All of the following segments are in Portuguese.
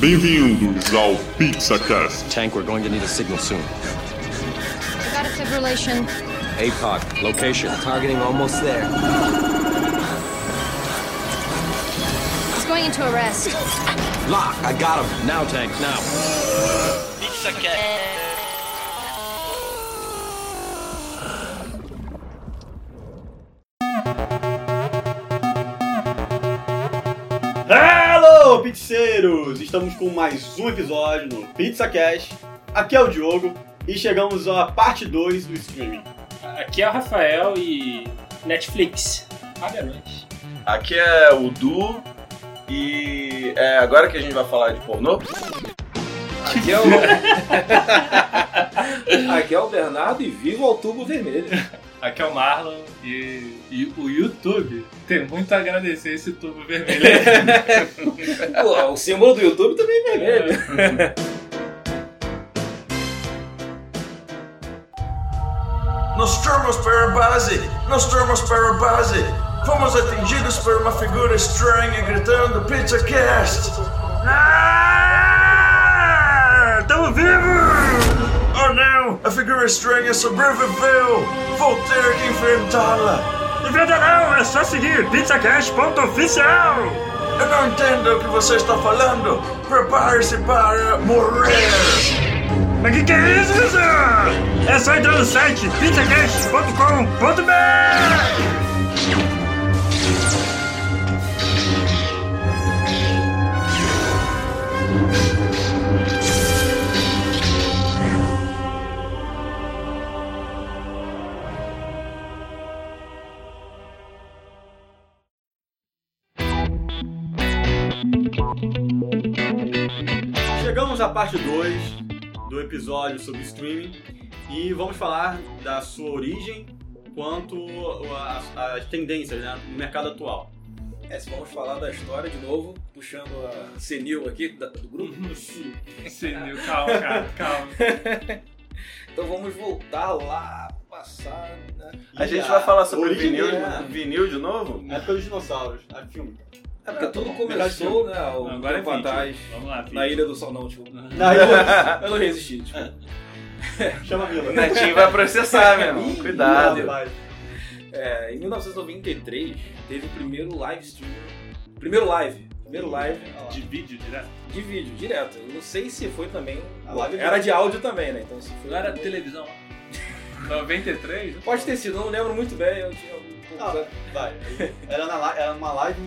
Bem-vindos ao PizzaCast. Tank, we're going to need a signal soon. Got a fibrillation. APOC, location. Targeting almost there. It's going into arrest. Lock. I got him. Now, Tank, now. Alô, pizzeiros! Estamos com mais um episódio no Pizza Cash. Aqui é o Diogo e chegamos à parte 2 do streaming. Aqui é o Rafael e Netflix. Paga nós. Aqui é o Du e é agora que a gente vai falar de pornô. Aqui é o. Aqui é o Bernardo e viva o tubo vermelho. Aqui é o Marlon e, e o YouTube tem muito a agradecer esse tubo vermelho. Pô, o símbolo do YouTube também é vermelho. Nós estamos para a base, nós estamos para a base. Fomos atingidos por uma figura estranha gritando Pizza Cast. Ah, estamos vivos! Oh não, a figura estranha sobreviveu. Vou ter que enfrentá-la. Enfrenta não, é só seguir PizzaCast.oficial. Eu não entendo o que você está falando. Prepare-se para morrer. Mas que que é isso, Zezé? É só entrar no site pizzacast.com.br Chegamos à parte 2 do episódio sobre streaming e vamos falar da sua origem quanto a- às tendências né, no mercado atual. É, se vamos falar da história de novo, puxando a senil aqui da- do grupo. Uhum. Entendeu? Calma, cara, calma. Então vamos voltar lá, passar. Né? A E gente vai falar sobre origem vinil, dele, né? vinil de novo? Na época dos dinossauros, a filme. É porque tudo Verdade, começou, né? O Agora é tempo atrás, vídeo. Vamos lá, vídeo. na Ilha do Sol. Não, tipo, Na ilha, eu não resisti. Tipo. chama a O Mila. Netinho vai processar, meu Ih, irmão. Cuidado. rapaz. É, em 1993, teve o primeiro live stream. Primeiro live. Primeiro live De vídeo direto. de vídeo, direto. Eu não sei se foi também. A live era de áudio também, né? Então se foi. Não era televisão. 93? Pode ter sido, eu não lembro muito bem. Eu tinha um pouco- Ah, vai. Era, na, li- era uma live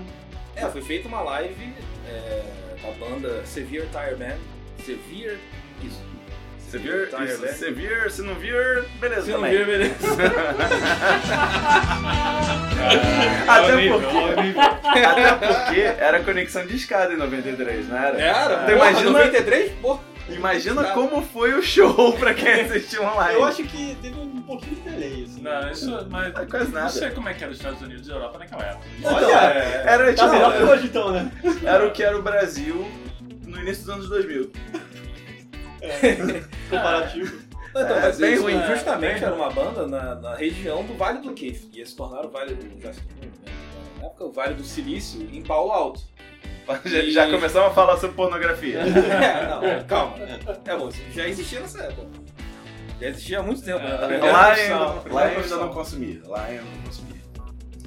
É, foi feita uma live é, da banda Severe Tire Band. Severe. Isso. Você viu? Tá, Isso, né? Você viu? Se não viu, beleza Se não também. viu, beleza. Até É horrível, porque- horrível. Até porque era conexão de escada em 93, não era? Era? Então porra, imagina- 93? Porra. é? Imagina como foi o show pra quem assistiu online. Eu acho que teve um pouquinho de delay, assim. Não, isso. Mas É quase Não nada. sei como é que era os Estados Unidos e Europa naquela época. Olha, Era, tá tipo, melhor que hoje então, né? era o que era o Brasil no início dos anos 2000. Comparativo. Não, então, É, mas bem isso, ruim. né, Justamente Bem era uma banda na, na região do Vale do Queife. E eles se tornaram o Vale do. Já se tornou, né? Na época, o Vale do Silício, em Paulo Alto. Já, E- já começamos a falar sobre pornografia. É, não, calma. É bom, isso já existia nessa época. Já existia há muito tempo, né? Na verdade, É, Lá era eu, Ah, opção, ainda- lá era eu ainda opção. não consumia. Lá eu não consumia.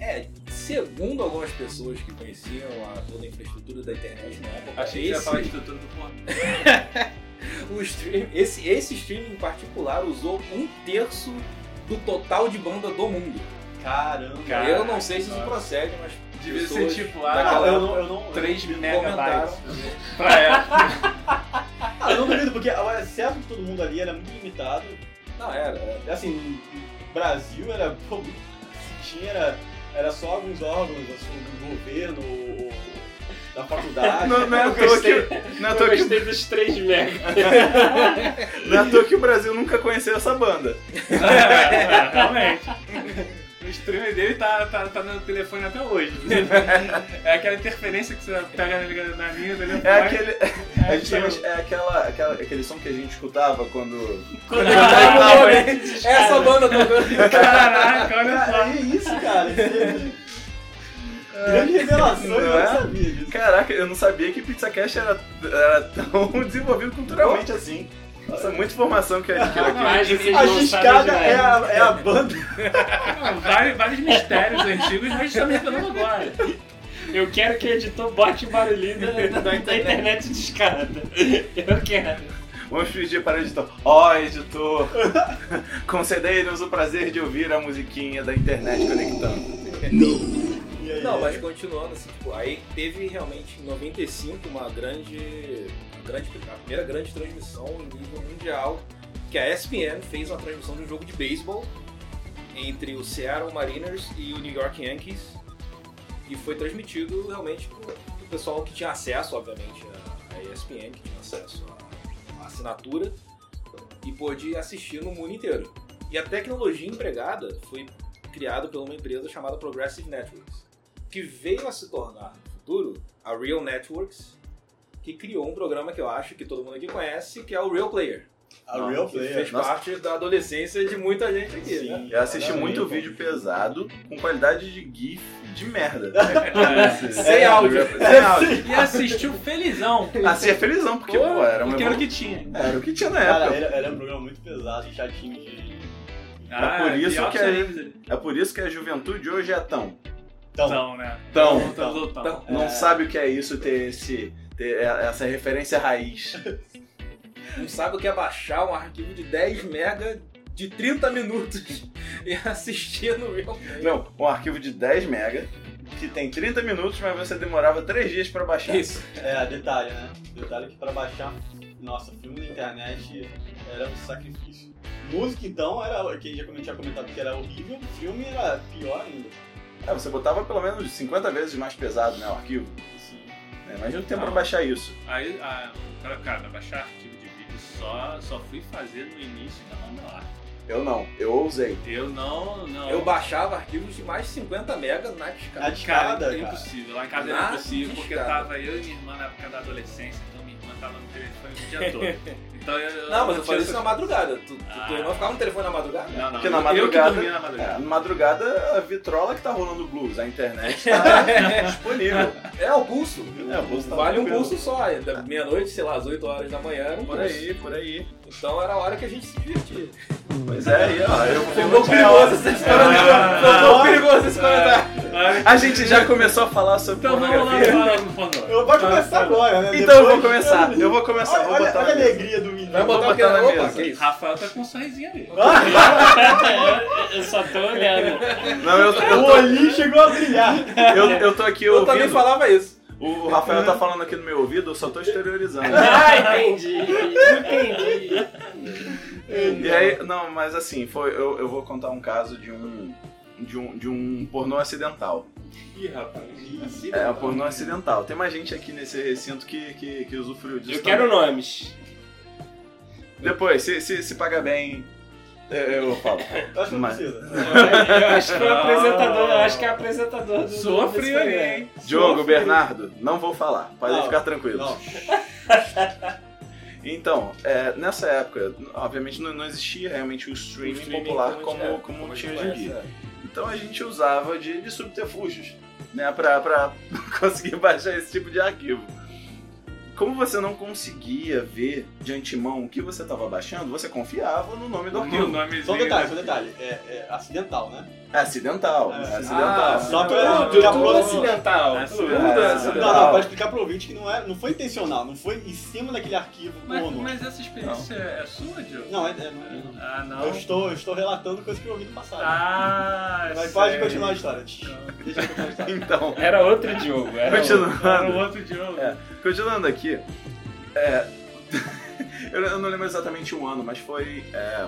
É, segundo algumas pessoas que conheciam a toda a infraestrutura da internet na época, Achei que você ia falar de esse, estrutura do porno. o stream, esse, esse stream em particular usou um terço do total de banda do mundo. Caramba. Cara, eu não sei se isso nossa. procede, mas Devia pessoas ser tipo, ah, daquela eu época não, eu não, 3 megabytes. comentaram. Pra ela. Ah, eu não duvido, porque o acesso de todo mundo ali era muito limitado. Não, era. era. Assim, no Brasil era. pô, se tinha, era, era só alguns órgãos, assim, do governo, ou, ou da faculdade. Não, não é à toa que, não é à toa que, dos 3 megas. não é à toa que o Brasil nunca conheceu essa banda. É, Realmente. O streamer dele tá, tá, tá no telefone até hoje. É aquela interferência que você pega na, na linha do telefone. É aquele, É é, então, justamente- é aquela, aquela, aquele som que a gente escutava quando. Quando- Ah, Não, mas- Essa banda tocando. Caraca, olha só. Cara, é isso, cara. Isso é- Grandes revelações, eu Não é? não sabia disso. Caraca, eu não sabia que Pizza Cash era, era tão desenvolvido culturalmente assim. Nossa, muita informação que eu adquiri aqui. Mas vocês A não sabem de Giscada é nada. a, é a banda. Não, vários, vários mistérios antigos nós estamos revelando tá agora. Eu quero que o editor bote o barulhinho da, da- da internet de escada. Eu quero. Vamos pedir para o editor. Ó, editor, concedei-nos o prazer de ouvir a musiquinha da internet conectando. Não, mas continuando, assim, tipo, aí teve realmente em 95 uma grande, uma grande. A primeira grande transmissão em nível mundial, que a ESPN fez uma transmissão de um jogo de beisebol entre o Seattle Mariners e o New York Yankees. E foi transmitido realmente pro, pro pessoal que tinha acesso, obviamente, à à ESPN, que tinha acesso à, à assinatura, e pôde assistir no mundo inteiro. E a tecnologia empregada foi criada por uma empresa chamada Progressive Networks que veio a se tornar no futuro a Real Networks, que criou um programa que eu acho que todo mundo aqui conhece, que é o Real Player. A Real Que fez Player. Nossa. parte da adolescência de muita gente aqui, né? Eu assisti Caralho, muito bom. vídeo pesado com qualidade de GIF de merda. É, Sem áudio. Sem áudio. E assistiu felizão. Assim é felizão, porque pô, era, um eu uma quero evolu... que tinha. era o que tinha na Cara, época. ele, ele é um programa muito pesado e chatinho de. É por isso Ah, pior que você é- lembra dele. É por isso que a juventude hoje é tão. Então, Tão, né? então, Tão, então. tão, tão. Não É. sabe o que é isso ter esse. ter essa referência raiz. Não sabe o que é baixar um arquivo de 10 mega de 30 minutos e assistir no Real Player. Não, um arquivo de 10 mega que tem 30 minutos, mas você demorava 3 dias pra baixar. Isso. É, detalhe, né? Detalhe que pra baixar, nossa, filme na internet era um sacrifício. Música então era, que já coment- tinha comentado que era horrível, filme era pior ainda. É, você botava pelo menos 50 vezes mais pesado, né, o arquivo. Assim, Né? Imagina o tempo pra baixar isso. Aí, ah, cara, cara, baixar arquivo de vídeo só, só fui fazer no início da Mamelar. Eu não, eu ousei. Eu não, não. Eu baixava arquivos de mais de 50 mega na na discada. discada, Cara, cara. é impossível. Lá em casa era Nada impossível, de porque escada. tava eu e minha irmã na época da adolescência, então minha irmã tava no telefone o dia todo. Então eu. eu Não, mas eu tinha fazia isso essa- na madrugada. Tu, tu, tu irmão ficava no telefone na madrugada? Não, não. Porque na eu- madrugada- Eu que dormia na É, na madrugada. madrugada, a vitrola que tá rolando blues, a internet tá disponível. É, o pulso. É, o pulso tá vale um tranquilo. pulso só. Da meia-noite, sei lá, às 8 horas da manhã, era um Por pulso. aí, por aí. Então era a hora que a gente se divertia. Pois é, aí, ó, eu Ficou perigoso essa Ah, história. Ficou perigoso É. esse comentário. Ah, A gente É. já começou a falar sobre Então vamos lá, pornografia. vamos lá, vamos lá. Eu vou começar agora, né? Então eu vou Depois- começar, eu vou começar, Olha, vou olha, botar olha a na mesa. alegria do menino. Vai botar Vou o quê? botar na Opa, mesa. que isso? Rafael tá com um sorrisinho ali. Eu, eu só tô olhando. Não, eu, eu, O olhinho chegou a brilhar. tô, eu, eu tô aqui Eu também ouvindo. falava isso. O o Rafael tá falando aqui no meu ouvido, eu só tô exteriorizando. Ah, entendi. Entendi. E aí, não, mas assim, foi, eu, eu vou contar um caso de um, de um, de um pornô acidental. Ih, rapaz. É, um pornô acidental. Tem mais gente aqui nesse recinto que, que, que usufruiu disso. Eu quero também. nomes. Depois, se, se, se paga bem, eu, eu falo. Eu acho que não Mas- precisa. Eu acho que é o apresentador, eu acho que é o apresentador do. Sofreu ali, hein? Diogo, Bernardo, não vou falar. Podem Não, ficar tranquilos. Não. Então, é, nessa época, obviamente não, não existia realmente o streaming, popular como, como, tinha hoje em dia. Então a gente usava de, de subterfúgios, né, pra, pra conseguir baixar esse tipo de arquivo. Como você não conseguia ver de antemão o que você estava baixando, você confiava no nome do No arquivo. nomezinho. Só um detalhe, só um né? detalhe. É, é acidental, né? É acidental, É. é acidental. Ah, Só pra Tudo, eu explicar tudo pro acidental. Ah, tudo. é, Tudo é Não, acidental. não, pra explicar pro ouvinte que não, é, não foi intencional, não foi em cima daquele arquivo Mas, pornô. mas essa experiência é sua, Diogo? Não, é, é- não- Ah, não. eu, estou, eu estou relatando coisas que eu ouvi no passado. Ah, mas sei. pode continuar a história. Deixa eu continuar a história. Então, Era outro Diogo. Era outro. Era continuando. o outro Diogo. É. Continuando aqui, é, eu eu não lembro exatamente um ano, mas foi é,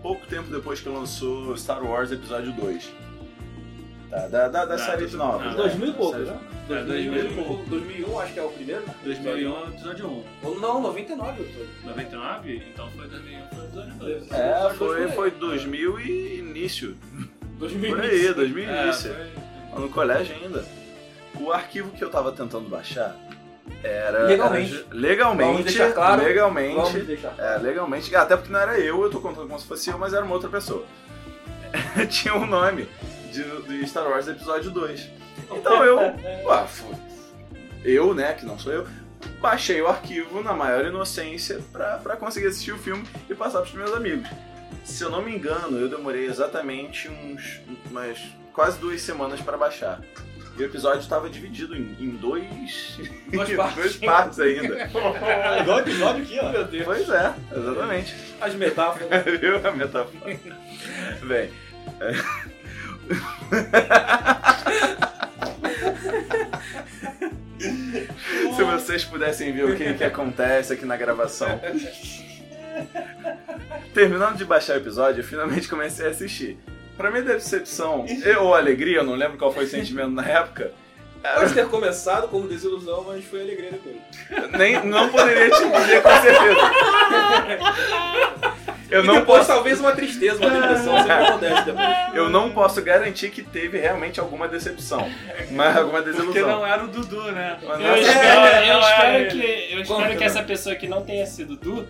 pouco tempo depois que lançou Star Wars Episódio 2. Tá, da, da, da Ah, série dois- nova. ah, né? 2000 e pouco, Série- né? É, 2001. 2001, acho que é o primeiro. 2001, episódio 1. Ou Não, 99. eu tô- 99? Então foi 2001, foi 2002. É, Episódio foi, dois, foi 2000 e início. 2000. Por aí, 2000 e É, início. foi- No colégio ainda. O arquivo que eu tava tentando baixar era. Legalmente. era- legalmente. Vamos deixar claro. Legalmente. Vamos deixar. É, legalmente, até porque não era eu, eu tô contando como se fosse eu, mas era uma outra pessoa. Tinha um nome de, de Star Wars Episódio 2. Então eu, É. ah, fu- eu, né, que não sou eu, baixei o arquivo na maior inocência pra, pra conseguir assistir o filme e passar pros meus amigos. Se eu não me engano, eu demorei exatamente uns, umas quase duas semanas pra baixar. E o episódio estava dividido em, em dois, Duas em partes. duas partes ainda. Igual episódio aqui, ó. Meu Deus. Pois é, exatamente. As É. metáforas. Viu a metáfora? Bem. é. Se vocês pudessem ver o que, que acontece aqui na gravação. Terminando de baixar o episódio, eu finalmente comecei a assistir. Pra minha decepção, eu- ou alegria, eu não lembro qual foi o sentimento na época, Pode ter começado como desilusão, mas foi alegria depois. nem, não poderia te dizer com certeza. Eu e não depois posso É. talvez uma tristeza, uma depressão, sempre acontece depois. Eu não posso garantir que teve realmente alguma decepção, mas alguma desilusão. Porque não era o Dudu, né? Mas é. Eu não- espero, eu não é espero ele. que, eu espero que essa pessoa que não tenha sido Du,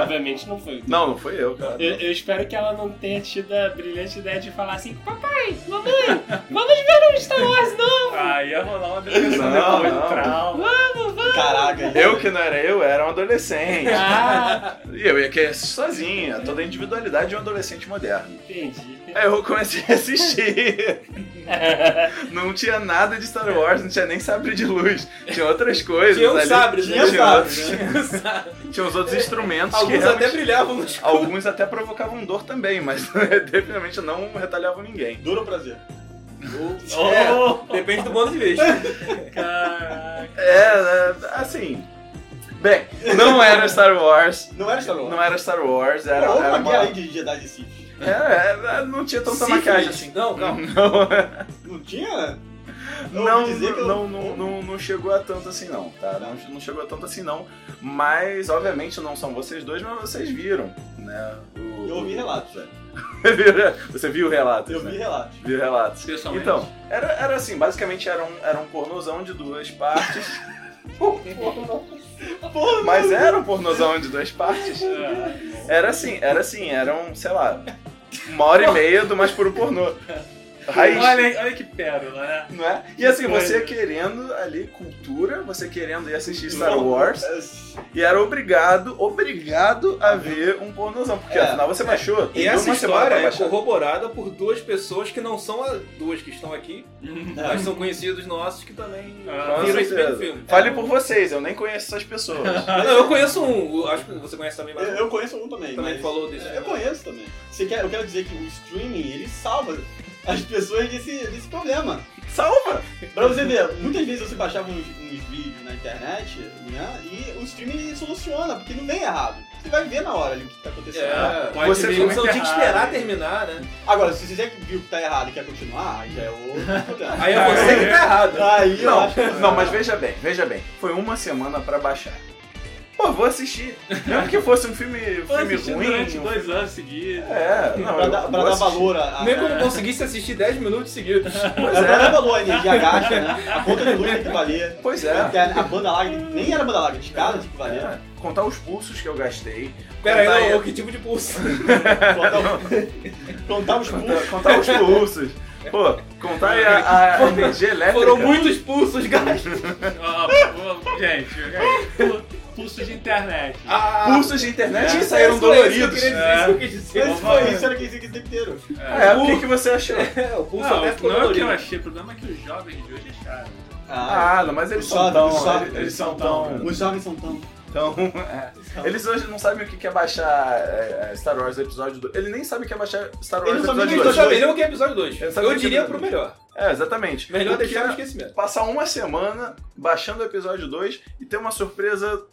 obviamente não foi o Du. Não, não foi eu, cara. Eu, eu espero que ela não tenha tido a brilhante ideia de falar assim, papai, mamãe, vamos ver um Star Wars novo, Ah, ia rolar uma depressão Não, depois não. do trauma. vamos, vamos. Caraca. Eu que não era eu, era um adolescente. Ah, E eu ia querer assistir sozinha, toda a individualidade de um adolescente moderno. entendi. Aí eu comecei a assistir. Não tinha nada de Star Wars, não tinha nem sabre de luz. Tinha outras coisas. Tinha um ali. sabre, né? tinha, Tinha outros- sabre, tinha os outros instrumentos que Alguns realmente- até brilhavam no escuro. Alguns até provocavam dor também, mas definitivamente não retalhavam ninguém. Dura o prazer. É, depende do ponto de vista. Caraca. É, é, assim. Bem, não era Star Wars. Não era Star Wars. Não era Star Wars, era. é Houve era uma uma- guerra aí de Jedi de Sith. era- era- não tinha tanta maquiagem assim. Não, calma. Não, é. Não tinha? Eu ouvi não, dizer que eu- não, não, não, não chegou a tanto assim não, tá? Não, não chegou a tanto assim não. Mas, obviamente, não são vocês dois, mas vocês viram, né? O- Eu ouvi relatos, velho. Você viu relatos, Eu né? vi relatos. Viu relatos. Pessoalmente. Então, era, era assim, basicamente era um, era um pornozão de duas partes. Mas era um pornozão de duas partes. Era assim, era assim, era um, sei lá, uma hora e meia do mais puro pornô. Raiz. Olha, olha que pérola, né? Não é? E assim, você querendo ali cultura, você querendo ir assistir Star Não. Wars, É, e era obrigado, obrigado a ver um pornozão, porque É. afinal você baixou. E deu essa uma semana história pra é baixar. corroborada por duas pessoas que não são as duas que estão aqui, mas são conhecidos nossos que também Ah, Com viram esse mesmo certeza. filme. Fale por vocês, eu nem conheço essas pessoas. Ah, Não, eu conheço um, eu acho que você conhece também, mas Eu eu conheço um também. também mas- falou desse. Eu conheço também. Você quer, eu quero dizer que o streaming, ele salva as pessoas desse, desse problema. Salva! Pra você ver, muitas vezes você baixava uns, uns vídeos na internet, né? E o streaming ele soluciona, porque não vem errado. Você vai ver na hora ali o que tá acontecendo. É, pode você ver viu Você muito não tinha que errado. esperar terminar, né? Agora, se você já viu que tá errado e quer continuar, aí já é outro problema. Aí é você que tá errado. Aí eu Não, acho que- não, mas veja bem, veja bem. Foi uma semana pra baixar. Pô, vou assistir. Mesmo que fosse um filme, Foi filme assistindo ruim. durante um- dois anos seguidos. É, não, pra eu dar, pra vou dar assistir. valor a. a- Nem como conseguisse assistir 10 minutos seguidos. É, pra dar valor à energia gasta, né? A conta de luz tem que valer. Pois A é. internet- A banda larga, nem era banda larga, de escala tinha que valer. É, Contar os pulsos que eu gastei. Pera contar, aí, não, que tipo de pulso? Contar- Contar os pulsos. contar, contar os pulsos. Pô, contar aí a, a energia elétrica. Foram muitos pulsos gastos. Ó, ó, gente, pu- pulso de internet. Ah, Pulsos de internet que um isso é saíram isso, é isso que eu doloridos. queria dizer, isso que eu quis dizer. Esse foi isso, era que isso aqui o tempo inteiro. É, o que, que você achou? É, o pulso Não, até ficou não é o que eu dolorido. achei, o problema é que os jovens de hoje acharam. Ah, não, mas eles Os são jovens, tão. os jovens, eles- Eles são tão. Os jovens são tão. tão é. Eles hoje não sabem o que que é baixar é, é, Star Wars episódio 2. Ele nem sabe o que é baixar Star Wars Ele não sabe episódio nem o que Eu é 2. já veria o que é episódio 2. Eu sabia Eu que diria era pro dois. melhor. É, exatamente. Melhor Porque deixar no esquecimento. Passar uma semana baixando o episódio 2 e ter uma surpresa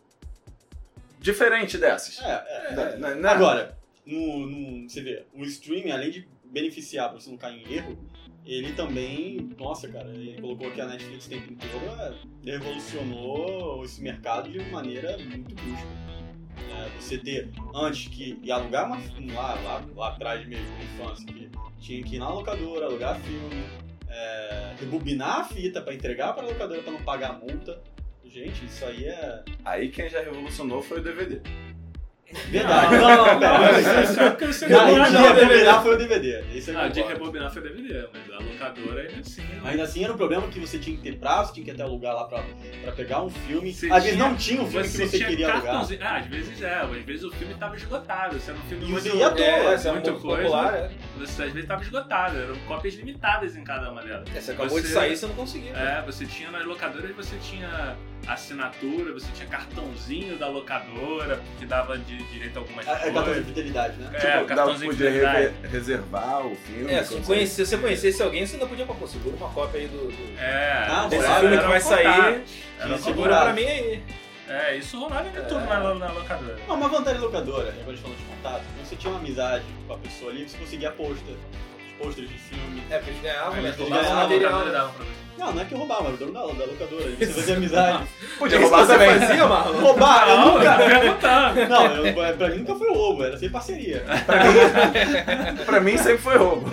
diferente dessas. É, é, é. Né, né? Agora, no, no- você vê, o streaming, além de beneficiar pra você não cair em erro, ele também, nossa, cara, ele colocou aqui a Netflix o tempo inteiro, é, revolucionou esse mercado de uma maneira muito brusca. É, você ter, antes que e alugar uma, um lá, lá, lá atrás mesmo, na infância, que tinha que ir na locadora, alugar filme, é, rebobinar a fita pra entregar pra locadora pra não pagar a multa. Gente, isso aí é. Aí quem já revolucionou foi o DVD. Verdade. Não, não, é pera. Só o seu Não, DVD não, o DVD foi o DVD. Isso é eu Ah, de concordo. rebobinar foi DVD, mas a locadora ainda assim. Ainda assim era um problema que você tinha que ter prazo, tinha que ir até o lugar lá pra, pra pegar um filme. Você às vezes tinha- não tinha o é um filme que você tinha queria alugar. cartãozinho. Ah, às vezes é, às vezes o filme tava esgotado. Se era um filme E muito, você ia à toa, é, essa é muita muito coisa, né? popular. é. você às vezes tava esgotado, eram cópias limitadas em cada uma delas. Essa acabou de Você- sair, você não conseguiu. É, você tinha nas locadoras, você tinha assinatura, você tinha cartãozinho da locadora, que dava de direito a algumas É, é cartão de coisas. fidelidade, né? É, Tipo, dá cartãozinho de poder fidelidade. rever- reservar o filme. É, se, quando conhece- se você conhecesse alguém, você ainda podia comprar. Pô, segura uma cópia aí do. do- É, Ah, você esse era filme que vai um sair, contato, era tinha um Segura segurado. contato. pra mim aí. É, isso rolava de tudo na, na locadora. Não, uma vantagem locadora, agora a gente falando de contato, quando você tinha uma amizade com a pessoa ali, você conseguia pôster, os pôsteres de filme. É, porque eles ganhavam, né? Eles Todo ganhavam, esse Lá na material. locadora né? dava pra mim. Não, não é que roubava, era o dono da, da locadora, ali, você fazia amizade. Podia Isso roubar você também. fazia, Marlon? roubar, eu Não, eu nunca... tô perguntando. Não, eu, é, pra mim nunca foi roubo, era sem parceria. Pra mim sempre foi roubo.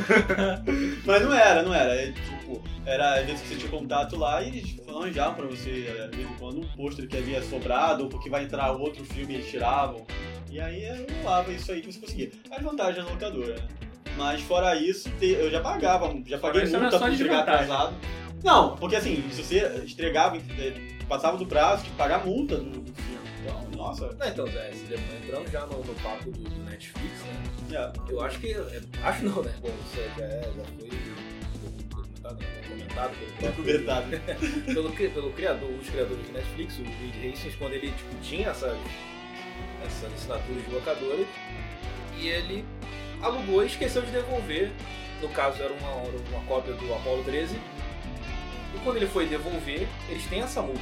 Mas não era, não era. É, tipo, era às vezes que você tinha contato lá e eles tipo, arranjavam pra você, é, de vez em quando, um pôster que havia sobrado, ou porque vai entrar outro filme eles tiravam. E aí eu rolava isso aí que você conseguia. As vantagens da locadora, né? Mas fora isso, te- eu já pagava, já paguei isso era multa só por de entregar vantagem. atrasado. Não, porque assim, se você entregava, eh, passava do prazo, tinha que pagar multa do, do filme. Então, nossa, Não, então, Zé, se- entrando já no, no papo do, do Netflix, né? é. Eu acho que. é, Acho não, né? Bom, isso aí já, é, já foi documentado, né? não, comentado pelo É, próprio- Verdade. pelo, cri- pelo criador, os criadores do Netflix, o Reed Hastings, quando ele tipo, tinha essas, essas assinaturas de locadores, e ele alugou e esqueceu de devolver. No caso, era uma, era uma cópia do Apollo 13. E quando ele foi devolver, eles têm essa multa.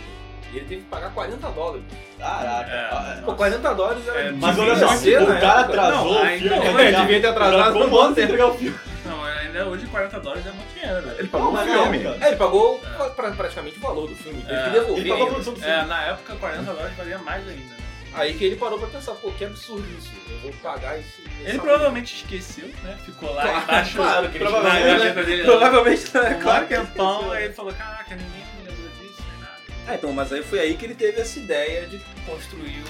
E ele teve que pagar 40 dólares. Caraca. É. Ah, Pô, 40 dólares era. né, É, Mas olha devia só, né? ser, o na cara época. atrasou assim? Não, o aí filme. não, quer ele entregar- devia ter Durou atrasado por um quanto bom pra tempo. entregar o filme. Não, é, ainda hoje 40 dólares é muito dinheiro. né? Ele pagou um Mas na filme. época, É, ele pagou pra- praticamente o valor do filme. Teve que É. devolver. Ele pagou a ainda. produção do filme. É, na época 40 dólares valia mais ainda. né? Aí que ele parou pra pensar, pô, que absurdo isso. Eu vou pagar esse. essa Ele multa. provavelmente esqueceu, né? Ficou lá embaixo claro que ele na esqueceu, né? gaveta dele. Provavelmente, um né? claro que é. tempão, aí ele falou, caraca, ninguém me lembra disso, nem nada. Ah, então, mas aí foi aí que ele teve essa ideia de construir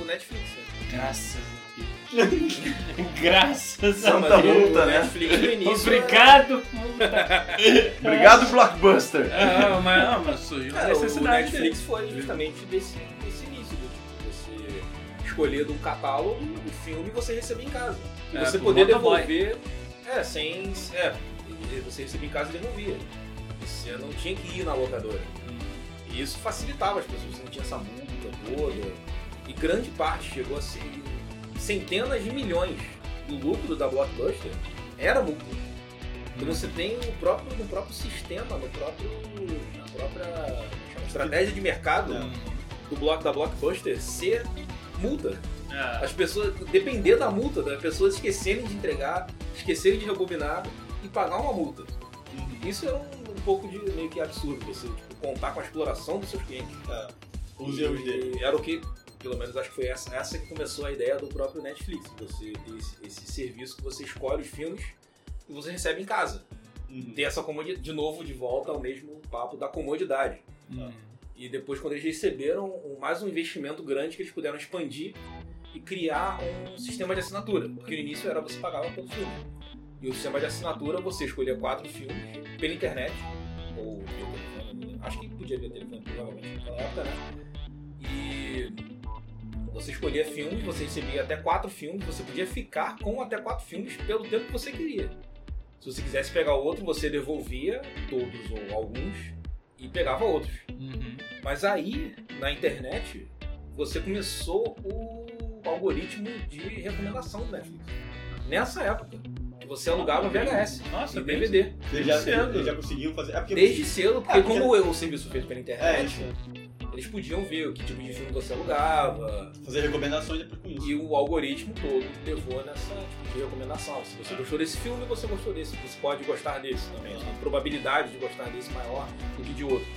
o Netflix. Né? Graças a Deus. Graças a Não, São mas Santa o- multa, o né? Netflix no início. Obrigado, puta. Obrigado, Blockbuster. Ah, mas, ah, mas surgiu a Cara, é, o necessidade Netflix dele. foi justamente desse, desse início, do tipo, você escolher do catálogo um filme e você receber em casa. E É, você por poder motoboy. devolver. É, sem. É, e você recebia em casa e devolvia. Você não tinha que ir na locadora. E isso facilitava as pessoas, você não tinha essa multa toda. E grande parte chegou a ser centenas de milhões do lucro da Blockbuster era multa. Então você tem o próprio, no próprio sistema, no próprio, na própria estratégia de mercado do bloco da Blockbuster ser multa. É, As pessoas, depender da multa, das pessoas esquecerem de entregar, esquecerem de rebobinar e pagar uma multa. Isso era um, um pouco de meio que absurdo, você tipo, contar com a exploração dos seus clientes. É, Os erros E dele. Era o que, pelo menos acho que foi essa, essa que começou a ideia do próprio Netflix. Você ter esse, esse serviço que você escolhe os filmes e você recebe em casa. Uhum. Ter essa comodidade, de novo, de volta ao mesmo papo da comodidade. Hum. E depois, quando eles receberam um- mais um investimento grande, que eles puderam expandir e criar um sistema de assinatura. Porque no início era você pagava pelo filme. E o sistema de assinatura, você escolhia quatro filmes pela internet, ou pelo telefone, né? acho que podia ver telefone, provavelmente, naquela época, né? E você escolhia filmes, você recebia até quatro filmes, você podia ficar com até quatro filmes pelo tempo que você queria. Se você quisesse pegar outro, você devolvia todos ou alguns e pegava outros. Mas aí, na internet, você começou o algoritmo de recomendação do Netflix. Nessa época, que você alugava VHS Nossa, e bem- DVD. Eles já, cedo. eles já conseguiam fazer. É porque Desde cedo, porque É, porque- como o serviço feito pela É, internet, isso. eles podiam ver que tipo de filme você alugava. fazer recomendações depois com isso. E o algoritmo todo levou nessa tipo, de recomendação. Se você gostou desse filme, você gostou desse. Você pode gostar desse também. A probabilidade de gostar desse é maior do que de outro.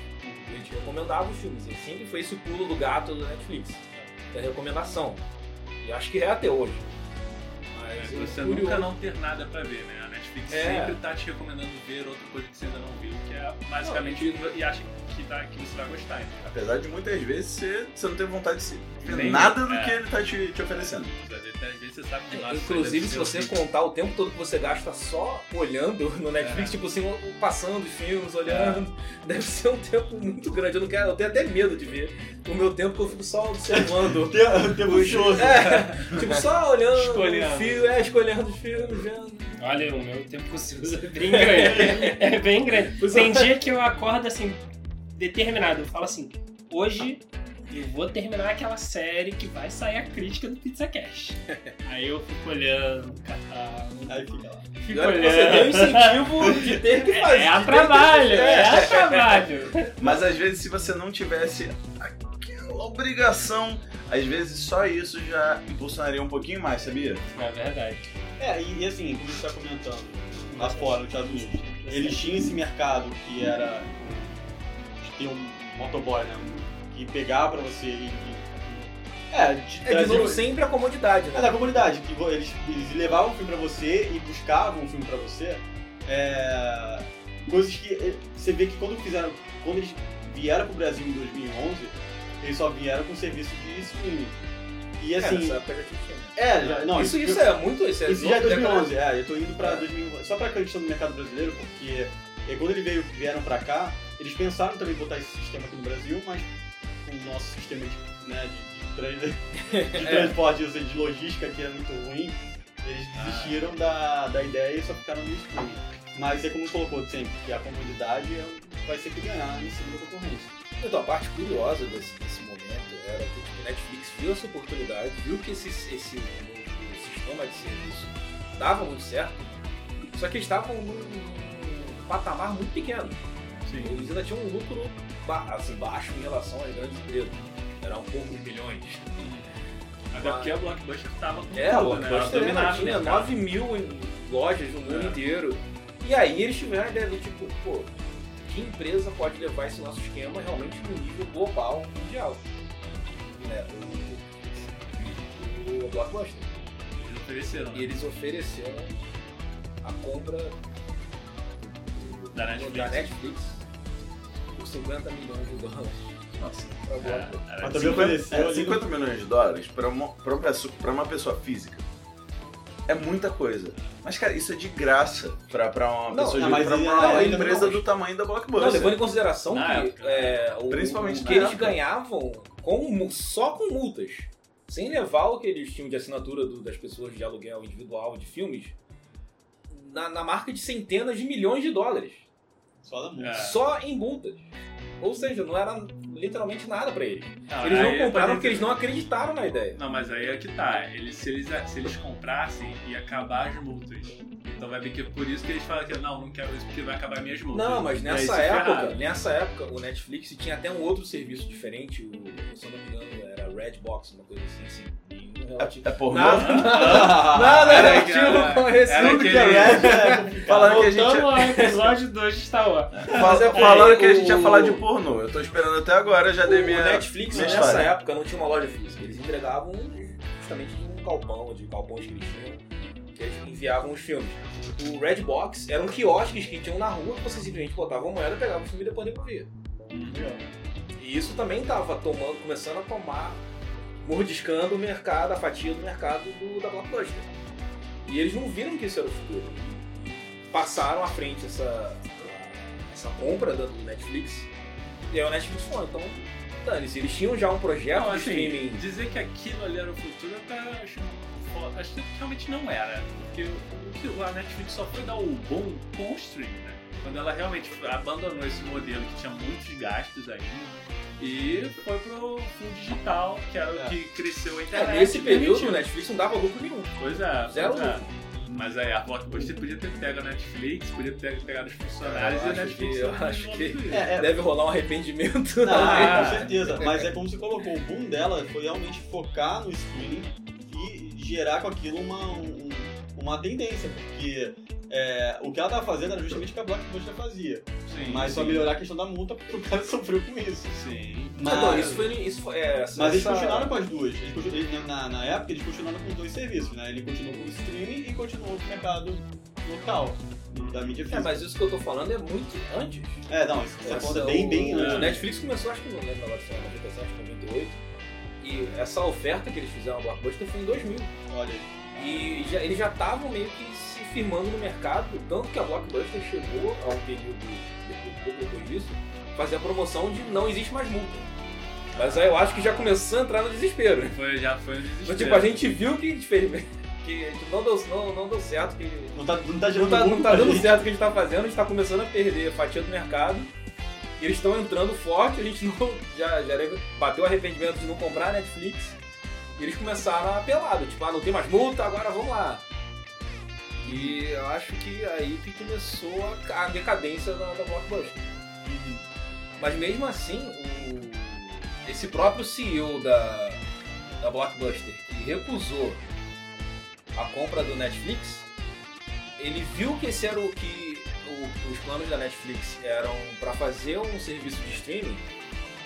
A gente recomendava os filmes. E sempre foi esse o pulo do gato do Netflix. Da recomendação. E acho que é até hoje. É, Mas é curioso. Você é nunca não ter nada pra ver, né? A Netflix É. sempre tá te recomendando ver outra coisa que você ainda não viu, que é basicamente e acha que, tá, que você vai gostar. entendeu? Apesar de muitas vezes você, você não ter vontade de se- de ver Nem- nada do é. que ele tá te, te oferecendo. Às vezes você sabe que lá você Inclusive, deve se ser você horrível. contar o tempo todo que você gasta só olhando no Netflix, tipo assim, passando os filmes, olhando, deve ser um tempo muito grande. Eu não quero, eu tenho até medo de ver o meu tempo que eu fico só observando. Debuchoso. né? É, tipo, só olhando Escolhendo. o filme, é, escolhendo os filmes, vendo. Olha, o meu tempo que se usa é bem grande. É bem grande. Tem dia que eu acordo assim, determinado. Eu falo assim, hoje eu vou terminar aquela série que vai sair a crítica do Pizza Cash. Aí eu fico olhando, catálogo, Aí fica lá. fico Agora que você tem o olhando. incentivo de ter que fazer. É a de ter que- trabalho, é É. a trabalho. Mas às vezes, se você não tivesse aquela obrigação, às vezes só isso já impulsionaria um pouquinho mais, sabia? É verdade. É, e, e assim, como você está comentando, lá fora, nos Estados Unidos, eles tinham esse mercado que era. que tem um motoboy, né? Que pegava pra você e. e- É, de, É de trazer- novo sempre a comodidade, É né? da comunidade, que vo- eles, eles levavam um filme pra você e buscavam um filme pra você. É, coisas que eh, você vê que quando fizeram. Quando eles vieram pro Brasil em 2011, eles só vieram com serviço de streaming. E É, assim. nessa época já tinha filme. É, já, não, isso, isso é muito. Isso, é isso já é outra década. 2011, é, eu tô indo pra 2011, só pra questão do mercado brasileiro, porque é, quando eles veio, vieram pra cá, eles pensaram também em botar esse sistema aqui no Brasil, mas com o nosso sistema de, né, de, de tran- de transporte, ou seja, de logística, que é muito ruim, eles desistiram da, da ideia e só ficaram no streaming. Mas é como colocou sempre, que a comunidade é o que vai sempre ganhar em cima da concorrência. Então, a parte curiosa desse, desse momento era que tipo, o Netflix viu essa oportunidade, viu que esse, esse novo sistema de serviço dava muito certo, só que eles estavam num, num patamar muito pequeno. Eles ainda tinham um lucro ba- assim, baixo em relação às grandes empresas. Era um pouco de bilhões. Até porque a Blockbuster tava com É, tudo, o né? Ela Blockbuster ainda dominava o tinha mercado. 9 mil em lojas no mundo É. inteiro. E aí eles tiveram a ideia do tipo, pô, que empresa pode levar esse nosso esquema realmente no nível global, mundial? Né? O, o Blockbuster. Eles ofereceram, E né? eles ofereceram a compra Da da Netflix. Netflix por 50 milhões de dólares. Nossa. Pra É, Blockbuster. era Mas também ofereceu É, ali 50 milhões de dólares pra uma, pra uma pessoa, pra uma pessoa física é muita coisa. Mas, cara, isso é de graça pra, pra uma Não, pessoa não, de- mas pra ele- uma não, ele empresa não- do tamanho da Não, Blockbuster. levando em consideração Na que né? época. é, o, Principalmente o que na eles época. ganhavam com, mu- só com multas, sem levar o que eles tinham de assinatura do- das pessoas de aluguel individual de filmes, na, na marca de centenas de milhões de dólares, Só da música. É. só em multas. Ou seja, não era literalmente nada pra eles. Não, Eles aí não é compraram pra- porque eles não acreditaram na ideia. Não, mas aí é que tá. Eles, se, eles, se eles comprassem, ia acabar as multas. Então vai ver que é por isso que eles falam que não, não quero isso porque vai acabar minhas multas. É Não, mas E aí nessa se época, ferraram. nessa época, o Netflix tinha até um outro serviço diferente, o, se eu não me engano, era Redbox, uma coisa assim, assim. nenhum relativo- É pornô? Nada, nada, nada Era relativo aquela- com esse era filme que aquele- é Falando que a gente Voltamos ao episódio 2 de Star Wars. Fal- é, Falaram que a o- gente ia falar de pornô. Eu tô esperando até agora, já dei O minha. Netflix minha nessa história. época não tinha uma loja física, eles entregavam justamente de um galpão, de galpões que eles tinham, que eles enviavam os filmes. O Redbox eram quiosques que tinham na rua que você simplesmente botava a moeda, pegava o filme e depois devolvia. E isso também estava tomando, começando a tomar, mordiscando o mercado, a fatia do mercado do, da Blockbuster. E eles não viram que isso era o futuro. Passaram à frente essa, essa compra da- do Netflix. E aí o Netflix falou, então, dane-se, eles tinham já um projeto Não, de assim, streaming. É, dizer que aquilo ali era o futuro, eu até acho foda. Acho que realmente não era. Porque o que a Netflix só foi dar o bom com o streaming, né? Quando ela realmente abandonou esse modelo que tinha muitos gastos ainda e foi pro fundo digital, que era É. o que cresceu a internet. É, nesse e período permitiu. o Netflix não dava lucro nenhum. Pois é, Zero pois é. Mas aí a Blockbuster podia ter pego a Netflix, podia ter pegado os funcionários Eu e a acho Netflix. que- eu não acho que- desenvolve isso. É, é, Deve rolar um arrependimento. Não, Ah. com certeza. Mas é como você colocou, o boom dela foi realmente focar no streaming e gerar com aquilo uma, um- uma tendência, porque é, o que ela tava fazendo era justamente o que a Blockbuster fazia. Sim, Mas só sim. melhorar a questão da multa porque o cara sofreu com isso. Sim. Mas, Não, Então, isso foi... Isso foi é, essa- mas eles essa- continuaram com as duas. Eles continu- eles- na, na época eles continuaram com os dois serviços, né? Ele continuou com o streaming e continuou com o mercado local. Da mídia física. É, mas isso que eu tô falando é muito antes. É, não, isso essa Essa- conta é bem, bem o, antes. O né? Netflix começou, acho que não lembro agora se era 97, 98. E essa oferta que eles fizeram ao Blockbuster foi em 2000. Olha aí. E já- eles já estavam meio que se firmando no mercado, tanto que a Blockbuster chegou a um período depois- pouco depois disso, fazer a promoção de não existe mais multa. Mas aí eu acho que já começou a entrar no desespero. Foi, já foi um desespero. Tipo, É. a gente viu que, a gente fez- que tipo, não, deu, não, não deu certo, que Não tá, não tá não gerando tá, lucro não tá pra dando gente. certo o que a gente tá fazendo, a gente tá começando a perder a fatia do mercado. E eles estão entrando forte, a gente não. Já, já era- bateu o arrependimento de não comprar a Netflix. E eles começaram a pelado, tipo, ah, não tem mais multa, agora vamos lá. E eu acho que aí que começou a, a decadência da, da Blockbuster. Mas mesmo assim, o- esse próprio CEO da, da Blockbuster, que recusou a compra do Netflix, ele viu que esse era o que o- os planos da Netflix eram para fazer um serviço de streaming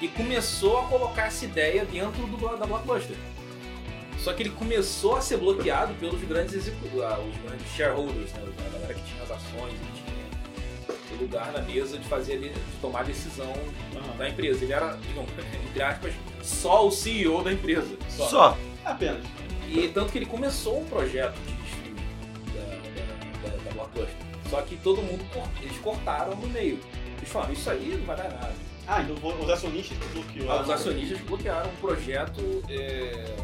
e começou a colocar essa ideia dentro do, da Blockbuster. Só que ele começou a ser bloqueado pelos grandes execu- ah, os grandes shareholders, né? a galera que tinha as ações, que tinha o lugar na mesa de fazer ali- de tomar decisão da empresa. Ele era, digamos, entre aspas, só o CEO da empresa. Só. Apenas. E tanto que ele começou um projeto de streaming da, da, da, da Blockbuster. Só que todo mundo, cor- eles cortaram no meio. Eles falaram, isso aí não vai dar nada. Ah, então os acionistas que bloqueou. Os acionistas bloquearam um projeto, é,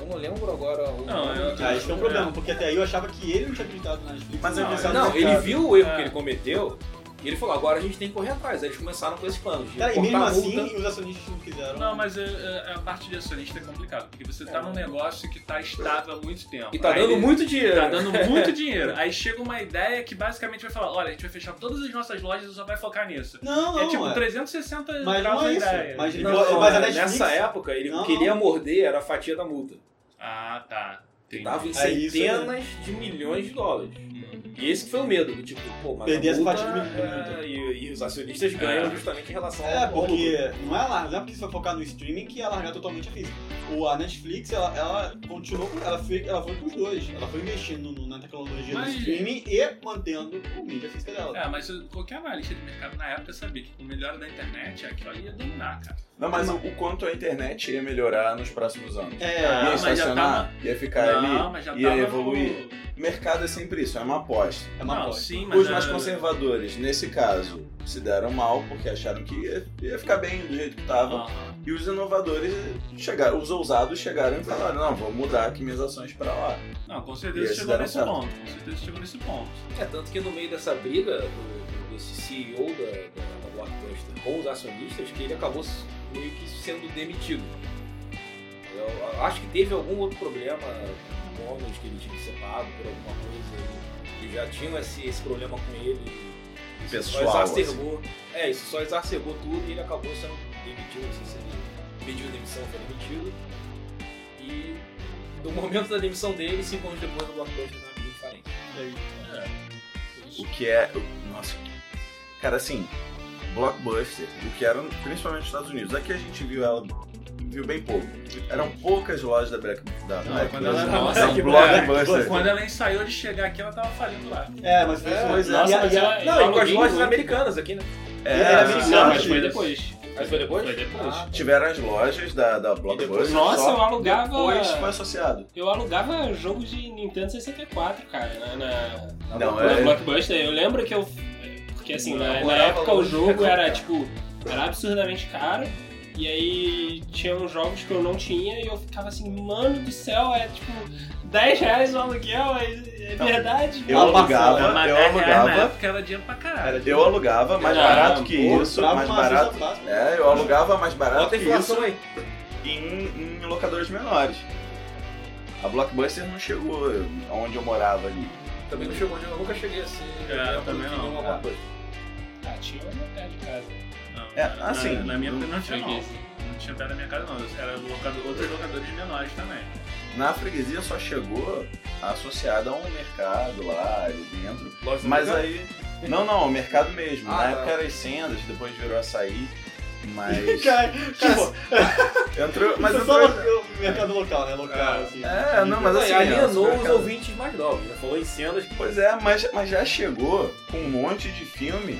eu não lembro agora o Não, nome. eu- Ah, isso é um problema, porque até aí eu achava que ele não tinha acreditado na Netflix. Mas não, é pensado Não, no ele mercado. viu o erro É. que ele cometeu e ele falou, agora a gente tem que correr atrás. Aí eles começaram com esse plano de Cara, e cortar mesmo a assim, tá multa. os acionistas não quiseram. Não, mas é, é, a parte de acionista é complicado, porque você tá num negócio que tá estável há muito tempo. E tá Aí dando ele- muito dinheiro. Tá dando muito dinheiro. Aí chega uma ideia que basicamente vai falar: olha, a gente vai fechar todas as nossas lojas e só vai focar nisso. Não, não. é tipo é. 360 Mas graus não é a isso. ideia. Mas ele- Não, mas não, a Netflix- nessa época, ele Não, queria não. morder era a fatia da multa. Ah, tá. Entendi. Tava em É isso, né? centenas de milhões de dólares. Hum. E esse que foi o medo, do tipo, pô, mas Perder a essa multa, fatia de milhão, é, então. e, e os acionistas ganham É. justamente em relação É, ao lucro. porque não é largar, não é porque você vai focar no streaming que é largar totalmente a física. O, a Netflix, ela, ela continuou, com- ela foi, ela foi com os dois. Ela foi investindo no- na tecnologia Mas- do streaming e mantendo o mídia física dela. É, mas eu- qualquer analista de mercado na época sabia que com o melhor da internet, aquilo ali ia dominar, cara. Não, mas o, o quanto a internet ia melhorar nos próximos anos. É, Ia Ah, tá mas já estacionar, ia ficar não, ali, mas já ia tava evoluir. No... Mercado é sempre isso, é uma aposta. é uma não, aposta. sim, mas... Os mais ah, conservadores, nesse caso, se deram mal porque acharam que ia, ia ficar bem do jeito que estava. aham. E os inovadores chegaram, os ousados chegaram e falaram: não, vou mudar aqui minhas ações pra lá. Não, com E certeza eles chegou deram nesse certo. ponto. Com certeza chegou nesse ponto. É, tanto que no meio dessa briga do- desse CEO da, da, da Blockbuster com os acionistas, que ele acabou s- meio que sendo demitido. Eu a- acho que teve algum outro problema, bônus que ele tinha que ser pago por alguma coisa. E já tinham esse, esse problema com ele. Isso Pessoal, assim. Só exacerbou. É, isso só exacerbou tudo e ele acabou sendo demitido. Não sei se ele pediu demissão, foi demitido. E do momento da demissão dele, cinco anos depois, o tá Blockbuster estava bem diferente. O que é. Nossa. Cara, assim, blockbuster, o que era principalmente nos Estados Unidos. Aqui a gente viu ela. Viu bem pouco. Eram poucas lojas da Black. Da, Não, Black quando ela Black- era da nossa, que blockbuster. Quando ela ensaiou de chegar aqui, ela tava falindo lá. É, mas foi É, isso. nossa, e, a- mas e a- ela- Não, e com as Alguém lojas muito. americanas aqui, né? É, Não, Não, mas mas foi isso. depois. Mas foi depois? Foi depois. Ah, tiveram as lojas da, da blockbuster. Nossa, só eu alugava. Depois foi associado. Eu alugava jogo de Nintendo 64, cara, na, na, Não, na é. Blockbuster. Eu lembro que eu. Porque assim, na, Eu na morava época o longe, jogo cara. era tipo. Era absurdamente caro. E aí tinha uns jogos que eu não tinha e eu ficava assim, mano do céu, é tipo 10 reais o aluguel, é, é Então, verdade, Eu mano. alugava, Mas eu 10 reais na alugava, época era dinheiro pra caralho. eu alugava mais Não, barato não, que Pô, isso, bravo, mais mas usa barato. plástico. É, eu alugava mais barato Bota a que isso inflação aí. em, em locadores menores. A Blockbuster não chegou onde eu morava ali. Também não chegou onde eu nunca cheguei assim, a ser. É, eu também não, nenhuma é. coisa. Ah, tinha uma vontade de casa. Não, É, na- assim, Na, na minha época não tinha, não. Freguês. Não tinha pé na minha casa, não. Era locador, outros locadores menores também. Na freguesia só chegou associada a um mercado lá ali dentro. Lojas Mas americanas. aí. Não, não, o mercado mesmo. Ah, Na tá. época era as sendas, depois virou açaí. Mas. Cara, cara, entrou. Mas isso entrou. só- eu- mercado local, né? Local, assim. É, não, mas assim. e alienou é, os ouvintes mais novos, né? Falou em cenas que Pois é, mas, mas já chegou com um monte de filme,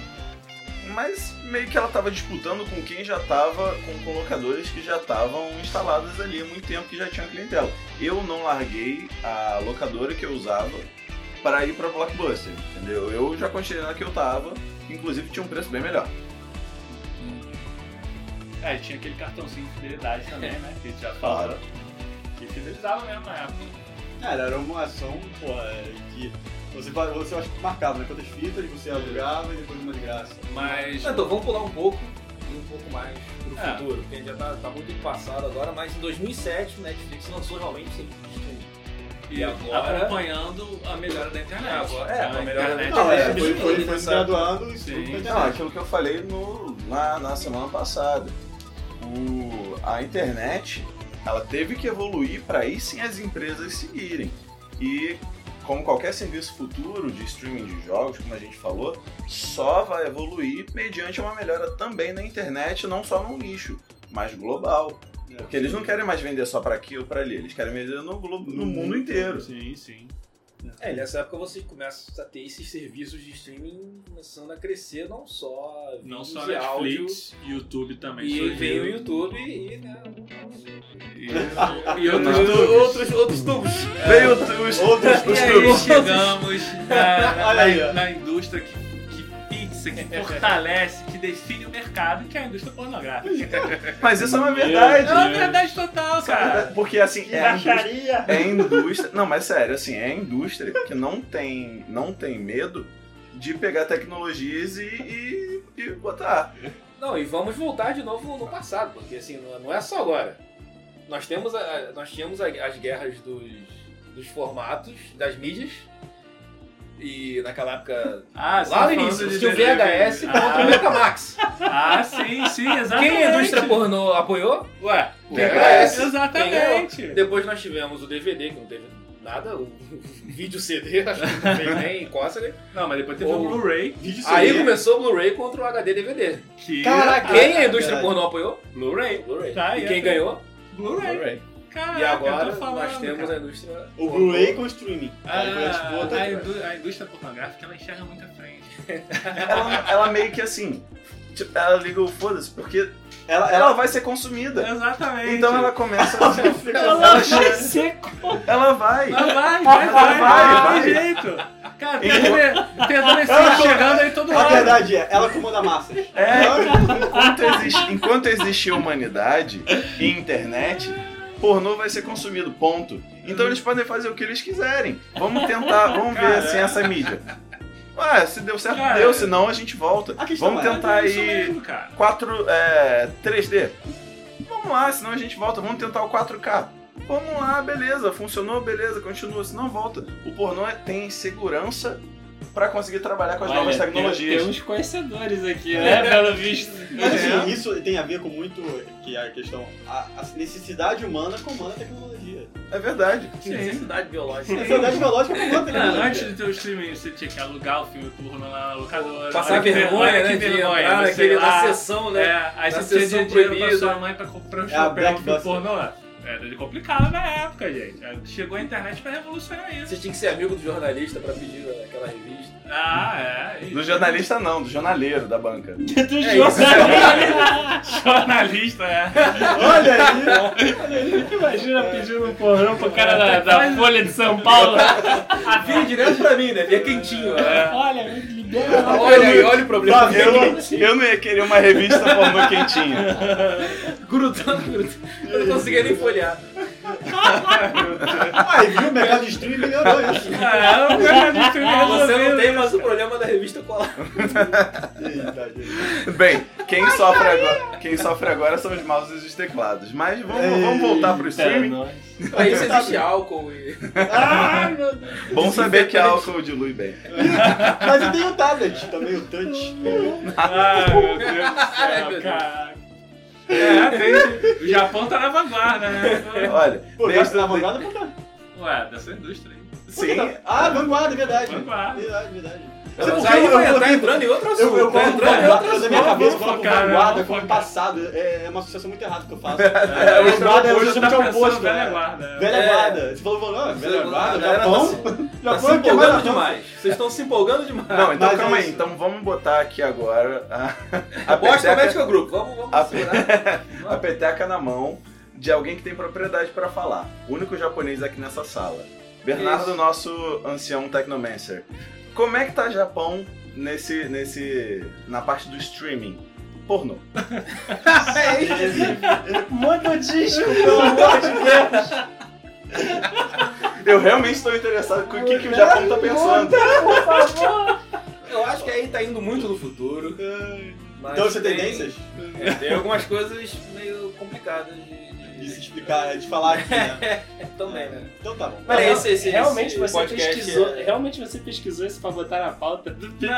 mas meio que ela tava disputando com quem já tava, com colocadores que já estavam instaladas ali há muito tempo, que já tinham clientela. Eu não larguei a locadora que eu usava para ir para Blockbuster, entendeu? Eu já continuei na que eu tava, que inclusive tinha um preço bem melhor. É, tinha aquele cartãozinho de fidelidade também, né? Que a gente já falou. Que fidelizava mesmo na época. é. Cara, era uma ação, porra, que você, fa- você acho que marcava, né? Quantas fitas você alugava e depois uma de graça. Mas. Então, vamos pular um pouco e um pouco mais pro É. futuro, porque a gente já tá, tá muito no passado agora, mas em 2007 o Netflix lançou realmente o serviço de streaming. E agora- acompanhando a melhora da internet. É, agora- é, Tá, a a melhora da internet. internet. Não, é, é, foi, foi, foi nessa- se graduando e Sim. tudo Não, aquilo que eu falei no- na, na semana passada. O- a internet, ela teve que evoluir para aí sim as empresas seguirem. E como qualquer serviço futuro de streaming de jogos, como a gente falou, só vai evoluir mediante uma melhora também na internet, não só num nicho, mas global. Porque eles não querem mais vender só para aqui ou para ali, eles querem vender no, globo, no mundo inteiro. Sim, sim. É, e nessa época você começa a ter esses serviços de streaming começando a crescer, não só Não vídeos só e áudio. Netflix, YouTube também E surgiu. veio o YouTube e, né, E outros outros, tubos. outros, outros tubos. Veio os, Outros- E aí chegamos na, na- Olha aí, ó. na indústria que, que fixa, que fortalece, que define o mercado, que é a indústria pornográfica. Mas isso é uma verdade. É uma verdade total, cara. Porque assim, é a indústria- Baixaria! É indústria. Não, mas sério, assim, é indústria que não tem, não tem medo de pegar tecnologias e, e, e botar. Não, e vamos voltar de novo no passado, porque assim, não não é só agora. Nós temos a- nós tínhamos a- as guerras dos, dos formatos, das mídias. E naquela época. Lá Ah, no você tá início, falando você de tinha o VHS DVD. contra o Betamax. Ah, sim, sim, exatamente. Quem a indústria pornô apoiou? Ué, O VHS. VHS. é Exatamente. Depois nós tivemos o DVD, que não teve nada, o vídeo CD, acho que não fez nem cócega. Não, mas depois teve um o Ou- Blu-ray, Vídeo Aí CD. começou o Blu-ray contra o HD DVD. que... Caraca! Quem a indústria Verdade. pornô apoiou? Blu-ray. Blu-ray. Tá, e e quem é- ganhou? Blu-ray. Caraca, E agora eu tô falando, nós temos cara. a indústria. O Blu-ray com o streaming. Ah, Aí foi, tipo, outra a, coisa. indú- a indústria pornográfica ela enxerga muito à frente. Ela, ela meio que assim. tipo, Ela liga o foda-se, porque Ela, ela ela, vai ser consumida. Exatamente. Então ela começa a. Ela ela, vai chega- ser ela vai. Mas vai, vai, vai, vai, vai, vai. tem jeito. Cara, tem, Enquanto- adolescente- tem adolescente chegando aí todo a hora. verdade é, ela comanda massas. É, enquanto, existe, enquanto existir humanidade e internet, pornô vai ser consumido, ponto. Então eles podem fazer o que eles quiserem. Vamos tentar, vamos ver assim essa mídia. Ué, se deu certo, Cara, deu, se não a gente volta. a questão Vamos é, tentar É isso aí mesmo, cara. 4, é, 3D. Vamos lá, senão a gente volta, vamos tentar o 4K. Vamos lá, beleza, funcionou, beleza, continua, se não volta. O pornô é- tem segurança pra conseguir trabalhar com as novas Olha, né? tem- tecnologias. Temos conhecedores aqui, É. né? Pelo visto. Mas assim, isso tem a ver com muito que é a questão. A, a necessidade humana comanda a tecnologia. um É verdade. é. Necessidade biológica. A necessidade biológica comanda a Não, tecnologia. É, antes do teu streaming, você tinha que alugar o filme porno lá na locadora. Passar Olha que vergonha, olha né? Que de vergonha, entrar sei naquele, na lá. sessão, né? É, aí Na você sessão precisa de dinheiro pra proibida. sua mãe pra comprar um É a filme pegar um filme Blockbuster. pornô lá. Era é complicado na época, gente. É, Chegou a internet pra revolucionar isso. Você tinha que ser amigo do jornalista pra pedir né, aquela revista. Ah, é. Do jornalista não, do jornaleiro da banca. Do É jornalista. Jornalista, é. Olha aí! Imagina pedindo um porrão pro cara da, da Folha de São Paulo. Vinha direto pra mim, né? Vinha quentinho. né? Olha, me libera. Olha aí, olha o problema. Eu, eu não ia querer uma revista pornô quentinha. Grudando, grudando. Eu não conseguia nem folhear. Aí viu o mercado de streaming melhorou isso. É, o jornalista Você me não resolveu. tem mais o problema da revista colar. Eita, gente. Bem, quem sofre, agora, quem sofre agora são os mouses e os teclados. Mas vamos, vamos voltar pro streaming. Aí isso existe álcool e. Ah, meu Deus. Bom saber que álcool dilui bem. Mas eu tenho o tablet também, o touch. Ah, meu Deus Ai, meu do céu, Deus. cara. É, tem... O Japão tá na vanguarda, né? Olha, Pô, desde, desde na vanguarda pra cá. Ué, dessa indústria aí. sim, Ah, vanguarda, é verdade. Vanguarda. Verdade, verdade. Sabe por Mas que aí eu- eu- vai entrar entrando em outro assunto. Eu, eu tá coloco entrando em outro vanguarda na minha cabeça, eu vamos coloco focar, né? vanguarda Vamos com o focar. passado. É, é uma associação muito errada que eu faço. É, hoje vanguarda é é o Hoje justamente tá o pensando oposto. né? velha Velha guarda. É. guarda. Você falou, vanguarda, velha guarda, galera tá Japão. se- Tá se Japão é o que mais empolgando avança. demais. Vocês estão se empolgando demais. Não, então Mas calma é aí. isso. Então vamos botar aqui agora a, a Boston peteca- Medical Group. Vamos, vamos A segurar. a peteca na mão de alguém que tem propriedade pra falar. O único japonês aqui nessa sala. Bernardo, Isso. nosso ancião Technomancer. Como é que tá Japão nesse, nesse, na parte do streaming? Pornô. né? É isso. Manda o disco, pelo amor de Deus. Eu realmente estou interessado com o que, que o Japão tá pensando. Por favor. Eu acho que aí tá indo muito no futuro. mas Então você tem tem- tendências é, tem algumas coisas meio complicadas de, de- de se explicar, de falar aqui, É, né? também, né? Então tá bom. Mas é esse, esse, realmente, esse você podcast pesquisou, é- realmente você pesquisou isso pra botar na pauta? Não, Não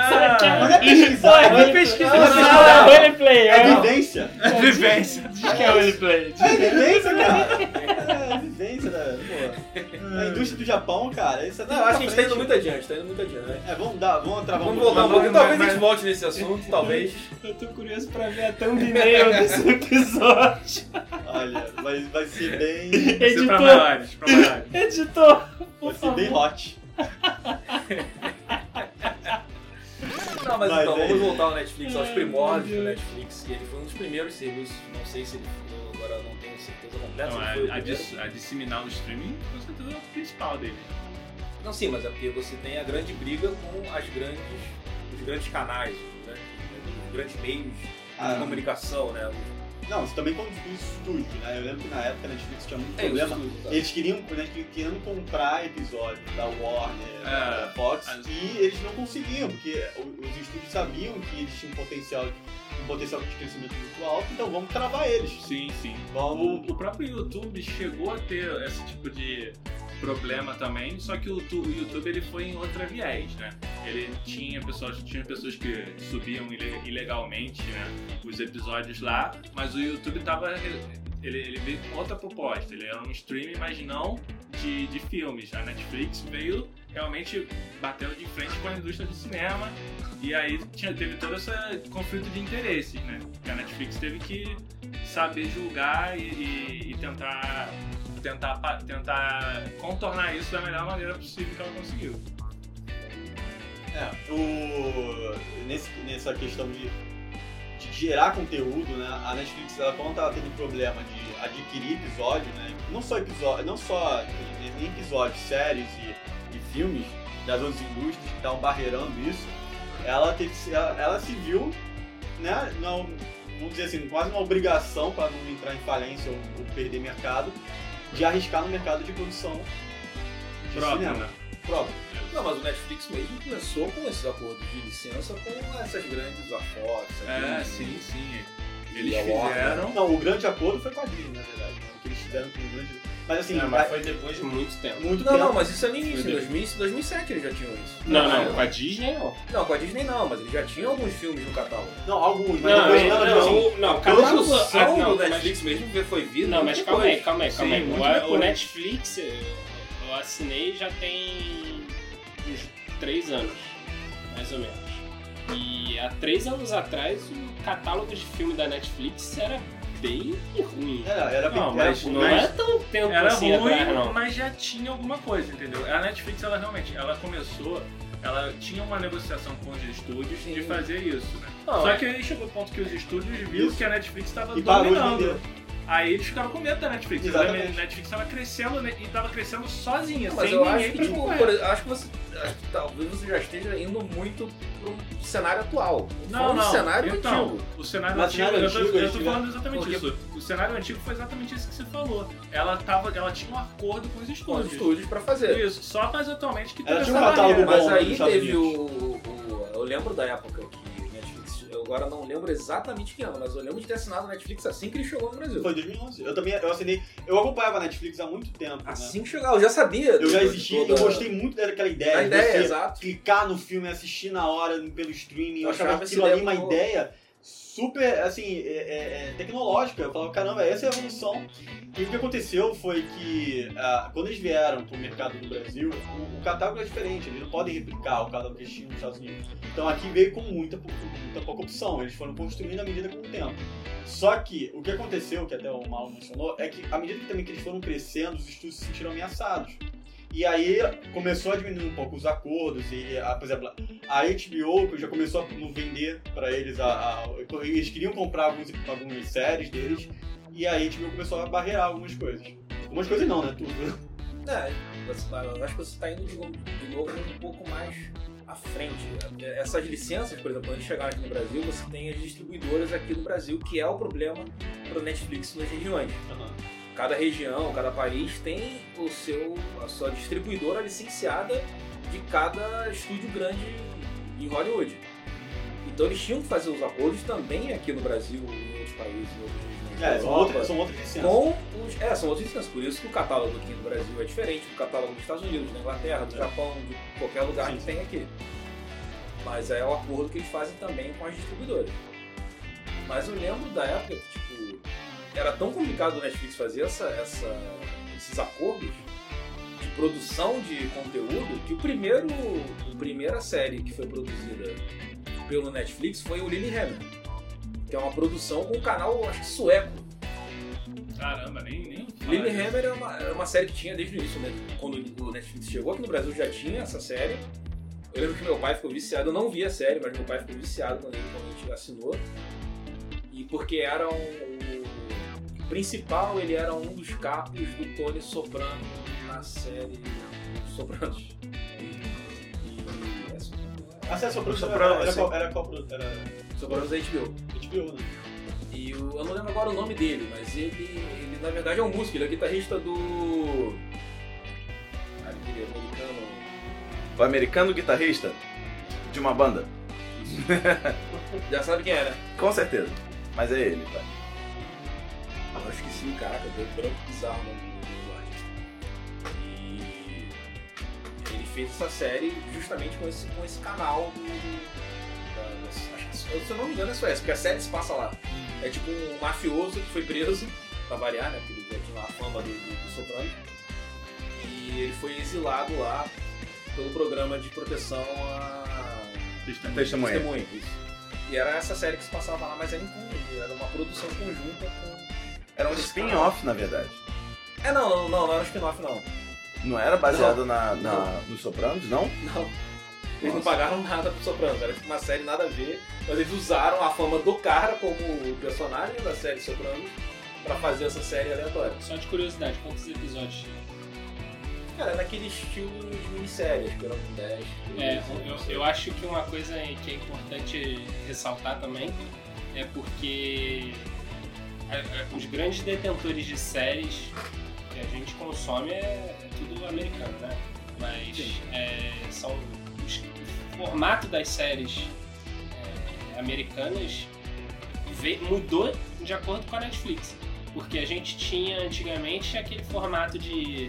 é pesquisar, não é pesquisar. não é Não, pesquisar. Olha play. É olha. vivência. É vivência. Diz que é roleplay. É vivência, cara. É vivência, né? Pô. A indústria do Japão, cara. Isso é Não, eu acho que a gente tá indo muito adiante, tá indo muito adiante. É, vamos dar, vamos travar Vamos um pouco. voltar um pouquinho, mas- talvez a mas- gente volte nesse assunto, talvez. Eu tô curioso pra ver a thumbnail desse episódio. Olha, vai, vai ser bem. Vai ser pra Editor, maiores, pra maiores. editor, por Vai ser favor. bem hot. Não, mas, Mas então, é- vamos voltar ao Netflix, aos primórdios do Netflix. Ele foi um dos primeiros serviços, não sei se ele eu agora não tenho certeza completa. Não, é se ele foi o a, a, primeiro. dis- a disseminar no streaming com certeza é o principal dele. Não, sim, mas é porque você tem a grande briga com as grandes, os grandes canais, os grandes, os grandes meios Ah. de comunicação, né? Não, isso também com os estúdios, né? Eu lembro que na época a Netflix tinha muito É, os problema. estúdios, tá? Eles queriam, a Netflix querendo comprar episódios da Warner, É. da Fox, Ah. e eles não conseguiam, porque o- os estúdios sabiam que eles tinham um potencial, um potencial de crescimento muito alto, então vamos travar eles. Sim, sim. Vamos. O, o próprio YouTube chegou a ter esse tipo de problema também, só que o tu- o YouTube ele foi em outra viés, né? Ele tinha pessoas, tinha pessoas que subiam ile- ilegalmente, né, os episódios lá, mas o YouTube tava ele, ele veio com outra proposta, ele era um streaming, mas não de, de filmes. A Netflix veio realmente batendo de frente com a indústria do cinema e aí tinha, teve todo esse conflito de interesses, né? Que a Netflix teve que saber julgar e, e- e tentar, tentar, pa- tentar contornar isso da melhor maneira possível que ela conseguiu. É, o, nesse, nessa questão de, de gerar conteúdo, né? A Netflix, ela, quando tava tendo problema de adquirir episódio, né? Não só episódio, não só nem episódios, séries e, e filmes das outras indústrias que estavam barreirando isso, ela teve que se- ela, ela se viu, né? Não, vamos dizer assim, quase uma obrigação para não entrar em falência ou, ou perder mercado, de arriscar no mercado de produção de Próprio, cinema né? próprio. Não, mas o Netflix mesmo começou com esses acordos de licença com essas grandes, a Fox, a É, Disney. sim, sim. E Eles a Warner. fizeram. né? Não, o grande acordo foi com a Disney, na verdade. né? O que eles tiveram com o grande. Mas assim, vai- Não, né? mas foi depois de muito tempo. muito Não, tempo. não, mas isso é no início, em 2000, 2007 eles já tinham isso. Não, não, com a Disney não. Não, com a Disney não, mas eles já tinham alguns filmes no catálogo. Não, alguns, mas Não, depois ele- nada não, disso. o- né? não, A calma produção não, do Netflix mesmo foi Mas, vindo. não, mas calma aí, calma aí, calma aí. Sim, O- muito o, depois. Netflix, eu, eu assinei já tem uns 3 anos, mais ou menos. E há 3 anos atrás o catálogo de filme da Netflix era bem ruim. Era, era pequeno, Não, mas- era- Não é tão tempo Era assim ruim, tá, atrás, não. mas já tinha alguma coisa, entendeu? A Netflix, ela realmente, ela começou, ela tinha uma negociação com os estúdios de fazer isso, né? Não, Só é. que aí chegou o ponto que os estúdios viram Isso. que a Netflix estava E parou de dominando. vender. Aí eles ficaram com medo da Netflix. Exatamente. A Netflix estava crescendo né, e estava crescendo sozinha, Mas sem eu ninguém acho que, pra tipo, concorrer. por, acho que você. Acho que talvez você já esteja indo muito pro cenário atual. Não, Fala do não. cenário então, antigo. O cenário Mas antigo, cenário eu tô, antigo, eu eles tô tiveram- falando exatamente Porque- isso. O cenário antigo foi exatamente isso que você falou. Ela, tava, ela tinha um acordo com os Com os estúdios. estúdios pra fazer. Isso, só mas atualmente que Ela teve tinha um essa catálogo barreira. bom Mas nos aí Estados teve o, Unidos. o- Eu lembro da época que o Netflix. Eu agora não lembro exatamente que ano, mas eu lembro de ter assinado o Netflix assim que ele chegou no Brasil. Foi 2011. Eu também eu assinei. Eu acompanhava a Netflix há muito tempo. né? Assim que chegar, eu já sabia. Eu do- já de existia e eu toda- gostei muito daquela ideia. da de ideia, você exato. clicar no filme, assistir na hora pelo streaming. Eu Eu achava achava essa aquilo ideia ali uma boa. ideia super, assim, é- é- é tecnológica. Eu falava, caramba, essa é a evolução. E o que aconteceu foi que, ah, quando eles vieram pro mercado do Brasil, o, o catálogo é diferente. Eles não podem replicar o catálogo que eles tinham nos Estados Unidos. Então aqui veio com muita, pou- muita pouca opção. Eles foram construindo à medida com o tempo. Só que o que aconteceu, que até o Mal mencionou, é que à medida que também que eles foram crescendo, os estudos se sentiram ameaçados. E aí começou a diminuir um pouco os acordos e, ah, por exemplo, a HBO que já começou a não vender pra eles a, a- eles queriam comprar alguns, algumas séries deles e a HBO começou a barrear algumas coisas. Algumas coisas não, né? Tudo. É, você tá- eu acho que você está indo de novo, de novo um pouco mais à frente. né? Essas licenças, por exemplo, antes de chegar aqui no Brasil, você tem as distribuidoras aqui no Brasil, que é o problema para o Netflix nas regiões. Cada região, cada país tem o seu, a sua distribuidora licenciada de cada estúdio grande em Hollywood. Então eles tinham que fazer os acordos também aqui no Brasil, em outros países, em outras regiões da É, são Europa. outras, são outras licenças. Com os. É, são outros licenças. Por isso que o catálogo aqui no Brasil é diferente do catálogo dos Estados Unidos, da Inglaterra, do É. Japão, de qualquer lugar Sim, que sim. tem aqui. Mas é o acordo que eles fazem também com as distribuidoras. Mas eu lembro da época que, tipo, era tão complicado o Netflix fazer essa, essa- esses acordos de produção de conteúdo que o primeiro, a primeira série que foi produzida pelo Netflix foi o Lily Hammer, que é uma produção com um canal, acho que sueco. Caramba, nem. nem fala Lily disso. Hammer era uma, era uma série que tinha desde o início, né? Quando o Netflix chegou aqui no Brasil já tinha essa série. Eu lembro que meu pai ficou viciado, eu não vi a série, mas meu pai ficou viciado quando ele quando a gente assinou. E porque era um, o principal, ele era um dos capos do Tony Soprano na série Sopranos. E, e, Acesso ao produto Soprano, era, era, assim. qual- era qual produto? Era é, Sopranos da HBO. HBO, né? E o- eu não lembro agora o nome dele, mas ele, ele na verdade é um músico, ele é guitarrista do. Aquele americano. O americano guitarrista de uma banda. Já sabe quem é, né? Com certeza. Mas é ele, tá? Eu esqueci, caraca, deu branco bizarro né, no do artista. E ele fez essa série justamente com esse, com esse canal do. da- da- acho que- se eu não me engano é Suécia, porque a série se passa lá. É tipo um mafioso que foi preso, pra variar, né? Porque ele tinha uma fama do, do, do Soprano. E ele foi exilado lá pelo programa de proteção a Testemunha. Testemunha, isso. E era essa série que se passava lá, mas era em conjunto, era uma produção conjunta com. Era um spin-off, na verdade. É, não, não, não, não era um spin-off, não. Não era baseado na, na, nos Sopranos, não? Não. Eles não pagaram nada pro Sopranos, era uma série nada a ver, mas eles usaram a fama do cara como personagem da série Sopranos pra fazer essa série aleatória. Só de curiosidade, quantos episódios tinha? Cara, é naquele estilo de minissérie, acho que eram 10. É, 13, não eu, sei. eu acho que uma coisa que é importante ressaltar também é porque a- a- os grandes detentores de séries que a gente consome é, é tudo americano, né? Mas é, são os- o formato das séries é, americanas ve- mudou de acordo com a Netflix. Porque a gente tinha antigamente aquele formato de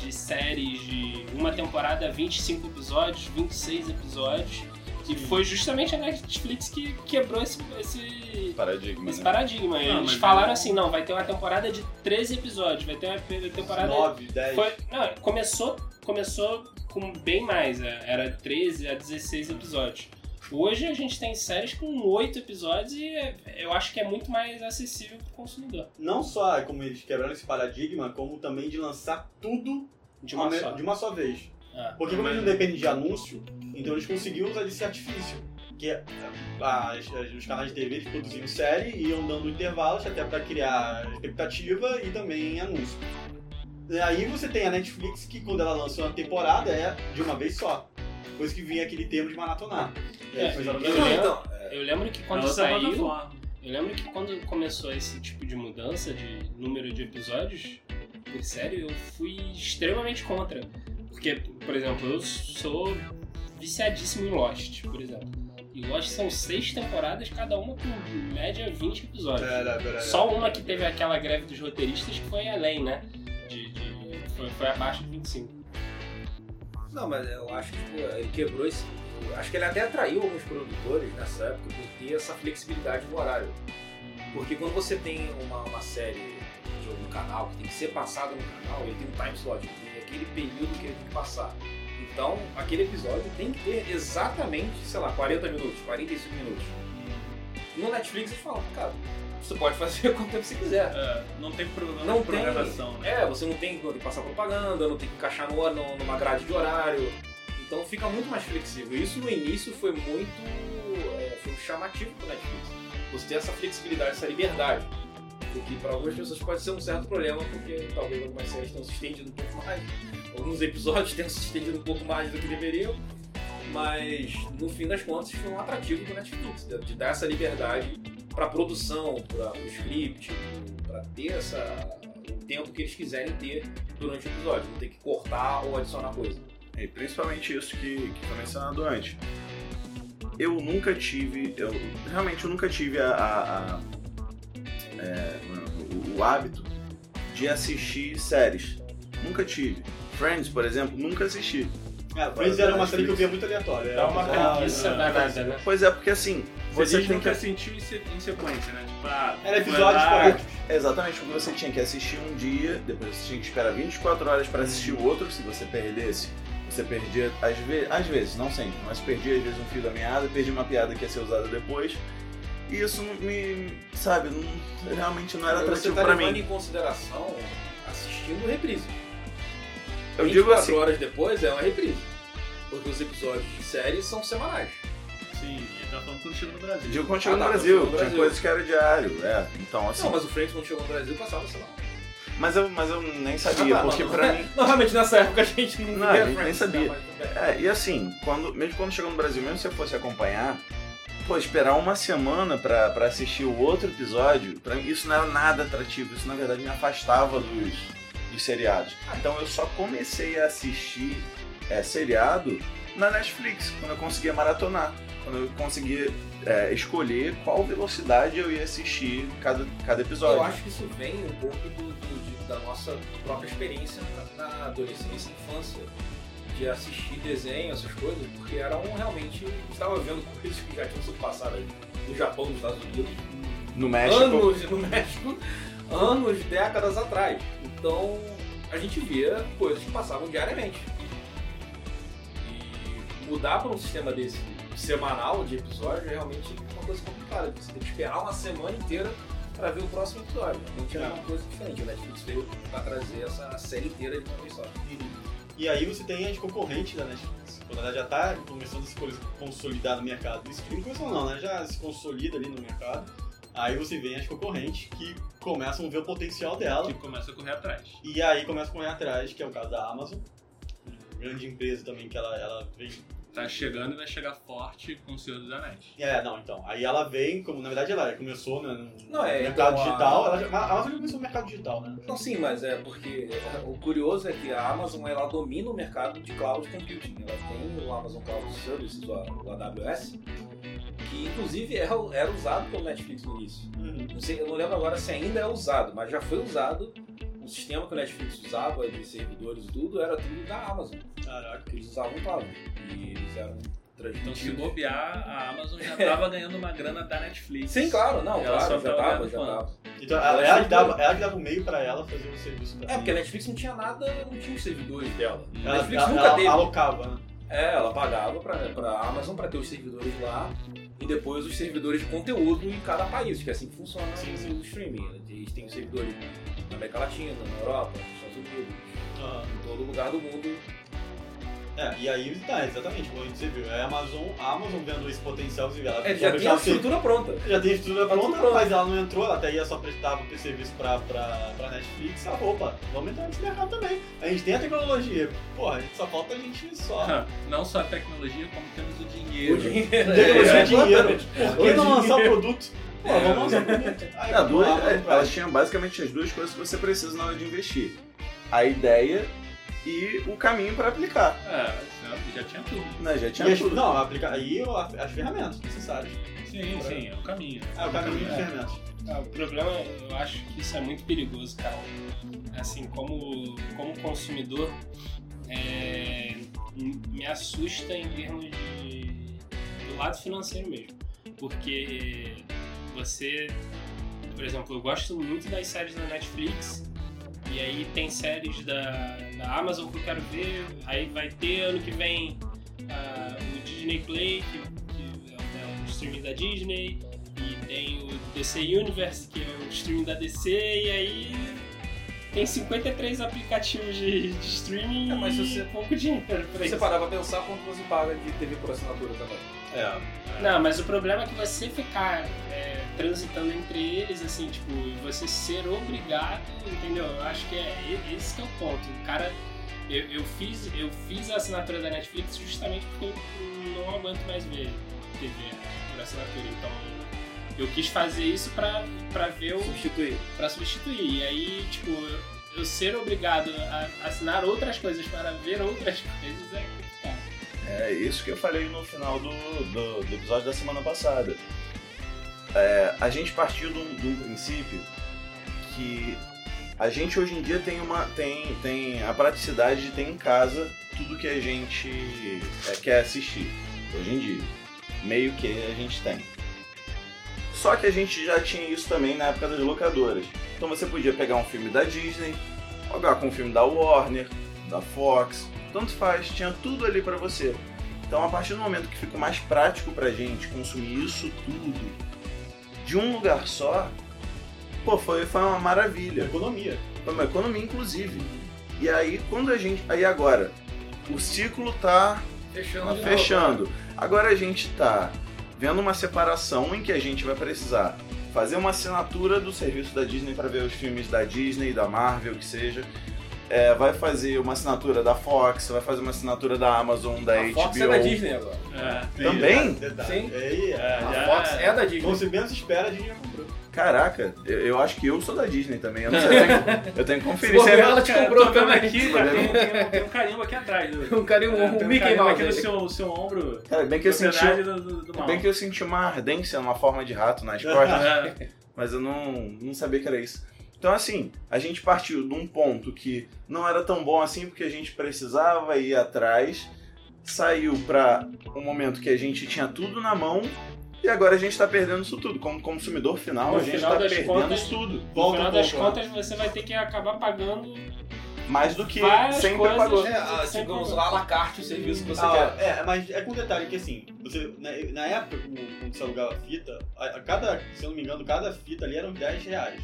de séries de uma temporada, 25 episódios, 26 episódios. Que foi justamente a Netflix que quebrou esse, esse, Paradigma, esse paradigma. É. Não, Eles mas- é. falaram assim, não, vai ter uma temporada de 13 episódios, vai ter uma pe- temporada... 9, 10. Foi, não, começou, começou com bem mais, é, era 13 a 16 episódios. Hoje a gente tem séries com 8 episódios e é- eu acho que é muito mais acessível pro consumidor. Não só como eles quebraram esse paradigma, como também de lançar tudo De uma me- só. de uma só vez. Ah. Porque como eles não dependem de anúncio, então eles conseguiam usar esse artifício. Que é, as- as- os canais de TV eles produziam série e iam dando intervalos até para criar expectativa e também anúncio. E aí você tem a Netflix que quando ela lança uma temporada é de uma vez só. Depois que vinha aquele termo de maratonar. E aí É, começaram a eu fazer. lembro- Então, é, Eu lembro que Na quando outra saiu... plataforma. Eu lembro que quando começou esse tipo de mudança de número de episódios por série, eu fui extremamente contra. Porque, por exemplo, eu sou viciadíssimo em Lost, por exemplo. E Lost são seis temporadas, cada uma com média 20 episódios. Pera, pera, Só uma que teve aquela greve dos roteiristas que foi além, né? De, de- foi, foi abaixo de 25. Não, mas eu acho que tipo, ele quebrou esse. acho que ele até atraiu alguns produtores nessa época por ter essa flexibilidade no horário. Porque quando você tem uma, uma série de algum canal que tem que ser passada no canal, ele tem um time slot, ele tem aquele período que ele tem que passar. Então, aquele episódio tem que ter exatamente, sei lá, 40 minutos, 45 minutos. No Netflix eles falam, cara, você pode fazer quanto tempo você quiser. É, não tem problema Não de programação, tem. né? É, você não tem que passar propaganda, não tem que encaixar no, no, numa grade de horário. Então fica muito mais flexível. Isso no início foi muito. é, foi um chamativo pro Netflix. Você ter essa flexibilidade, essa liberdade. O que para algumas pessoas pode ser um certo problema, porque talvez algumas séries tenham se estendido um pouco mais, alguns episódios tenham se estendido um pouco mais do que deveriam. Mas no fim das contas foi um atrativo do Netflix, de, de dar essa liberdade para produção, para o script, para tipo, ter essa, o tempo que eles quiserem ter durante o episódio, não ter que cortar ou adicionar coisa. E É, principalmente isso que, que foi mencionado antes. Eu nunca tive. Eu, realmente eu nunca tive a, a- a- é, o, o hábito de assistir séries. Nunca tive. Friends, por exemplo, nunca assisti. É, Friends era uma série que eu via muito aleatória. Dá Era uma bizarro, preguiça né? Então, danada, né? Pois é, porque assim, Você você diz tem que. nunca sentiu em se- em sequência, né? Tipo, ah, Era foi episódios é. lá, poucos. Exatamente, porque você tinha que assistir um dia, depois você tinha que esperar 24 horas para assistir o outro, se você perdesse. Você perdia, às, ve às vezes, não sempre, mas perdia às vezes um fio da meada, perdia uma piada que ia ser usada depois. E isso não me, sabe, não- realmente não era Você atrativo tá pra levando mim. em consideração assistindo reprise. Eu digo 24 assim, horas depois é uma reprise. Porque os episódios de série são semanais. Sim, ele tá falando quando chega no Brasil. digo quando chegou Ah, no tá, Brasil, quando chegou no tinha Brasil. coisas que era diário, é. Então assim, Não, mas o Friends quando chegou no Brasil passava semanal. mas eu, mas eu nem sabia, Ah, tá, porque não. pra mim... Não, realmente nessa época a gente não, Não, via a gente nem Friends, sabia. né, mas- É, e assim, quando, mesmo quando chegou no Brasil, mesmo se eu fosse acompanhar, pô, esperar uma semana pra, pra assistir o outro episódio, pra mim isso não era nada atrativo, isso na verdade me afastava dos, dos seriados. Então eu só comecei a assistir é, seriado na Netflix, quando eu conseguia maratonar, quando eu conseguia é, escolher qual velocidade eu ia assistir cada, cada episódio. Eu acho que isso vem um pouco do- do- de- da nossa própria experiência na, na adolescência e infância, de assistir desenho, essas coisas, porque eram realmente. Eu estava vendo coisas que já tinham sido passadas no Japão, nos Estados Unidos, No México, anos no México, anos, décadas atrás. Então a gente via coisas que passavam diariamente. E mudar para um sistema desse semanal de episódio é realmente uma coisa complicada. porque Você tem que esperar uma semana inteira para ver o próximo episódio. Realmente era uma coisa diferente. O Netflix veio para trazer essa série inteira de uma vez só. E aí você tem as concorrentes da Netflix. Quando ela já tá começando a se consolidar no mercado do streaming, começou não, né? Já se consolida ali no mercado. Aí você vê as concorrentes que começam a ver o potencial dela. Que Tipo, começa a correr atrás. E aí começa a correr atrás, que é o caso da Amazon. Grande empresa também que ela, ela vem. Tá chegando e vai chegar forte com o Senhor dos Anéis. É, não, então. Aí ela vem, como na verdade ela começou né, no Não, é, mercado então, a- digital. Ela já- a Amazon já começou no mercado digital, né? Não, sim, mas é porque o curioso é que a Amazon ela domina o mercado de cloud computing. Ela tem o Amazon Cloud Services, o AWS, que inclusive era, era usado pelo Netflix no início. Não sei, eu não lembro agora se ainda é usado, mas já foi usado. O sistema que o Netflix usava de servidores e tudo era tudo da Amazon. Caraca. Eles usavam cloud. E eles eram Então, se transmitidos. bobear, a Amazon já tava ganhando uma grana da Netflix. Sim, claro, não, Ela claro, só já tava tava, ganhando já fã. tava. Então ela, ela que dava, ela que dava o meio pra ela fazer o serviço dela. É, porque a Netflix não tinha nada, não tinha os servidores dela. A ela, Netflix ela- nunca ela teve. alocava, né? É, ela pagava pra, pra Amazon pra ter os servidores lá e depois os servidores de conteúdo em cada país, que é assim que funciona o streaming. né? Eles têm os servidores na América Latina, na Europa, nos Estados Unidos, Aham. em todo lugar do mundo. É, e aí, tá, exatamente, como você viu, é a Amazon, a Amazon vendo esse potencial de ela É, já tem a estrutura pronta. já tem estrutura Tá tudo pronta, pronto. mas ela não entrou, ela até ia só prestava o serviço pra, pra, pra Netflix, ela, opa, vamos entrar nesse mercado também. A gente tem a tecnologia, porra, só falta a gente só. É, Não só a tecnologia, como temos o dinheiro. O dinheiro. Tecnologia é, é dinheiro, exatamente. por que não O lançar dinheiro. produto? Pô, vamos lançar produto. Aí, É, duas- vamos lá, é, vamos pra- elas tinham basicamente as duas coisas que você precisa na hora de investir: a ideia e o caminho pra aplicar. É, já tinha tudo. Né? Já E tinha as- tudo. não, aplica, aí eu- as ferramentas necessárias. Sim, sim, um é o caminho. É o caminho de É. ferramentas. Ah, o problema, eu acho que isso é muito perigoso, cara. Assim, como, como consumidor, é, m- me assusta em termos de, do lado financeiro mesmo. Porque você, por exemplo, eu gosto muito das séries da Netflix, e aí tem séries da, da Amazon que eu quero ver, aí vai ter ano que vem ah, o Disney Play, que, que é o- é o streaming da Disney, e tem o DC Universe, que é o streaming da DC, e aí tem 53 aplicativos de, de streaming É, mas se você- e pouco dinheiro pra Se você isso. parar pra pensar quanto você paga de TV por assinatura também. É. Não, mas o problema é que você ficar é, transitando entre eles, assim, tipo, e você ser obrigado, entendeu? Eu acho que é e- esse que é o ponto. O cara, eu, eu fiz, eu fiz a assinatura da Netflix justamente porque eu não aguento mais ver TV por assinatura. Então, eu quis fazer isso pra, pra ver o, Substituir. Pra substituir. E aí, tipo, eu, eu ser obrigado a assinar outras coisas para ver outras coisas é complicado. É isso que eu falei no final do, do, do episódio da semana passada. É, a gente partiu de um, de um princípio que a gente hoje em dia tem uma tem, tem a praticidade de ter em casa tudo que a gente é, quer assistir hoje em dia. Meio que a gente tem. Só que a gente já tinha isso também na época das locadoras. Então você podia pegar um filme da Disney, jogar com um filme da Warner, da Fox, tanto faz, tinha tudo ali pra você. Então, a partir do momento que ficou mais prático pra gente consumir isso tudo de um lugar só, pô, foi, foi uma maravilha. Economia. Foi uma economia, inclusive. E aí, quando a gente. Aí agora, o ciclo tá Fechando. Tá de novo. fechando. Agora a gente tá vendo uma separação em que a gente vai precisar fazer uma assinatura do serviço da Disney para ver os filmes da Disney, da Marvel, que seja. É, vai fazer uma assinatura da Fox, vai fazer uma assinatura da Amazon, da A HBO. Fox é da Disney agora. É, Também? Detalhe. Sim. Aí, é. A já- Fox é da Disney. Como se menos espera, a gente já comprou. Caraca, eu, eu acho que eu sou da Disney também. Eu, não sei, eu, tenho, eu tenho que conferir. Se Se é bobear, ela te comprou tô vendo também. aqui, cara, tem, tem um- tem um carimbo aqui atrás. Do, Um cara e um, é, um tem um Mickey carimbo Mouse. aqui no ali. É seu, seu ombro. Cara, bem que eu senti. propriedade um do, do, do mal. Bem que eu senti uma ardência numa forma de rato nas costas. É, mas eu não, não sabia que era isso. Então, assim, a gente partiu de um ponto que não era tão bom assim, porque a gente precisava ir atrás, saiu pra um momento que a gente tinha tudo na mão, e agora a gente tá perdendo isso tudo. Como consumidor final, No a gente final tá das perdendo contas- isso tudo. No Volta final um das pouco, contas, você vai ter que acabar pagando. né? né? Mais do que Várias sempre coisas- pagou. É, a- digamos, lá, à la carte, o serviço que você Ah, é, mas é com detalhe que assim, você, na, na época quando quando você alugava fita, a, a cada, se eu não me engano, cada fita ali eram 10 reais.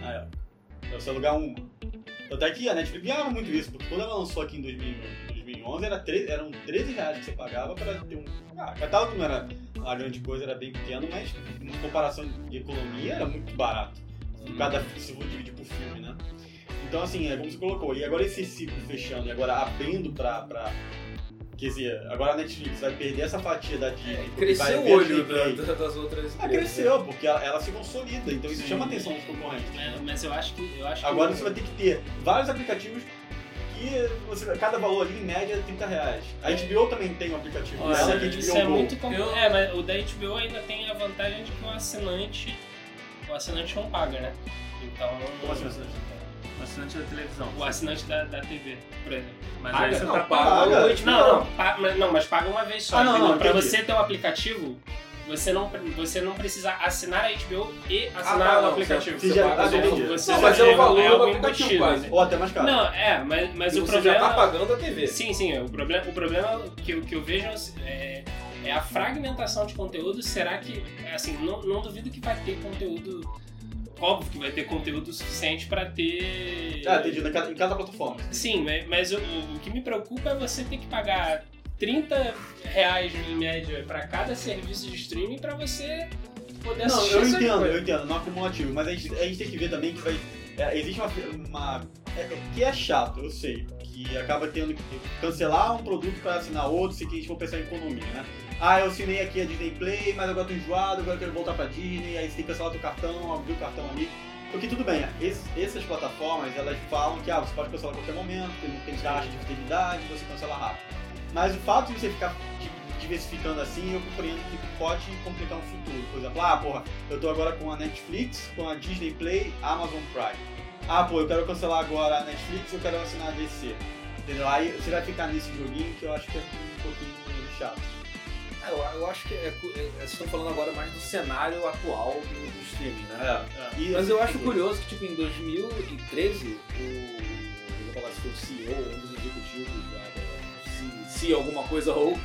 Na época. Pra você alugar uma. Tanto é que a Netflix ganhava muito isso, porque quando ela lançou aqui em 2000 2011, era 13 eram 13 reais que você pagava pra ter um. Ah, catálogo não era a grande coisa, era bem pequeno, mas em comparação de economia era muito barato. Cada Uhum. se for dividir por filme, né? Então, assim, é como você colocou. E agora esse ciclo fechando, e agora abrindo pra, pra. Quer dizer, agora a Netflix vai perder essa fatia da Disney. quer. porque vai Cresceu o ver a olho Disney. da- das outras. Ah, empresas. cresceu, porque ela, ela se consolida, então isso Sim. É. chama a atenção dos concorrentes. né? Mas eu acho que. Eu acho Agora que, você vai ter que ter vários aplicativos que você, cada valor ali em média é 30 reais. A HBO também tem um aplicativo Olha, dela que é isso, HBO é Go. muito complicado. Eu- É, mas o da HBO ainda tem a vantagem de que o assinante. O assinante não paga, né? Então. Como assim, o assinante Assinante da televisão. O assinante da, da TV, por exemplo. Mas Ah, Paga? aí você Não, tá paga. paga. Tipo, Não, não, pa- mas- não, mas paga uma vez só. é Ah, não, entendeu? não, pra entendi. você ter o aplicativo, você não, pre- você não precisa assinar a HBO e assinar tá, o não, aplicativo. Ah, você- Você, já- paga ah, só um. entendi. Você Não, mas é o chega- valor do algo aplicativo, embutido, quase. né? Ou até mais caro. Não, é, mas, mas E o você problema. já tá pagando a TV. Sim, sim, o problema, o problema que, eu- que eu vejo é, é a fragmentação de conteúdo. Será que, assim, não, não duvido que vai ter conteúdo. Óbvio que vai ter conteúdo suficiente pra ter. Ah, entendi, na cada- em cada plataforma. Sim, ma- mas o, o que me preocupa é você ter que pagar 30 reais em média pra cada serviço de streaming pra você poder Não, assistir. eu essas entendo, coisas. eu entendo, não é acumulativo, mas a gente, a gente tem que ver também que vai. é, existe uma. uma- é- é que é chato, eu sei, que acaba tendo que cancelar um produto para assinar outro, se que a gente for pensar em economia, né? Ah, eu assinei aqui a Disney Play, mas agora tô enjoado, agora eu quero voltar pra Disney, aí você tem que cancelar teu cartão, abrir o cartão ali. Porque tudo bem, né? es- essas plataformas elas falam que ah, você pode cancelar a qualquer momento, tem, tem taxa de fidelidade, você cancela rápido. Mas o fato de você ficar di- diversificando assim, eu compreendo que pode complicar um futuro. Por exemplo, ah, porra, eu tô agora com a Netflix, com a Disney Play, Amazon Prime. Ah, pô, eu quero cancelar agora a Netflix, eu quero assinar a DC. Entendeu? Aí você vai ficar nesse joguinho que eu acho que é um pouquinho chato. É, eu, eu acho que é, cu- é, vocês estão falando agora mais do cenário atual do, do streaming, É. né? E, Mas assim, eu acho curioso que, tipo, em 2013, o. Eu vou falar se foi o CEO, ou um dos executivos, lá da- se, se alguma coisa ou,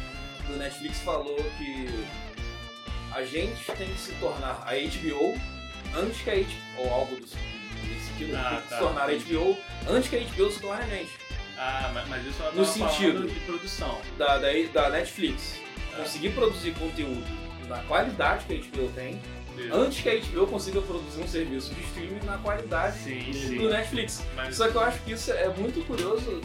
do Netflix falou que a gente tem que se tornar a HBO antes que a HBO. Ou algo do, nesse sentido, Ah, tem que tá. se tornar a HBO antes que a HBO se torne a gente, Ah, mas, mas eu só No tava sentido. falando de produção. da, da, da Netflix. Ah. Conseguir produzir conteúdo na qualidade que a HBO tem, Beleza. antes que a HBO consiga produzir um serviço de streaming na qualidade Sim, do sim. Netflix. Mas Só que eu acho que isso é muito curioso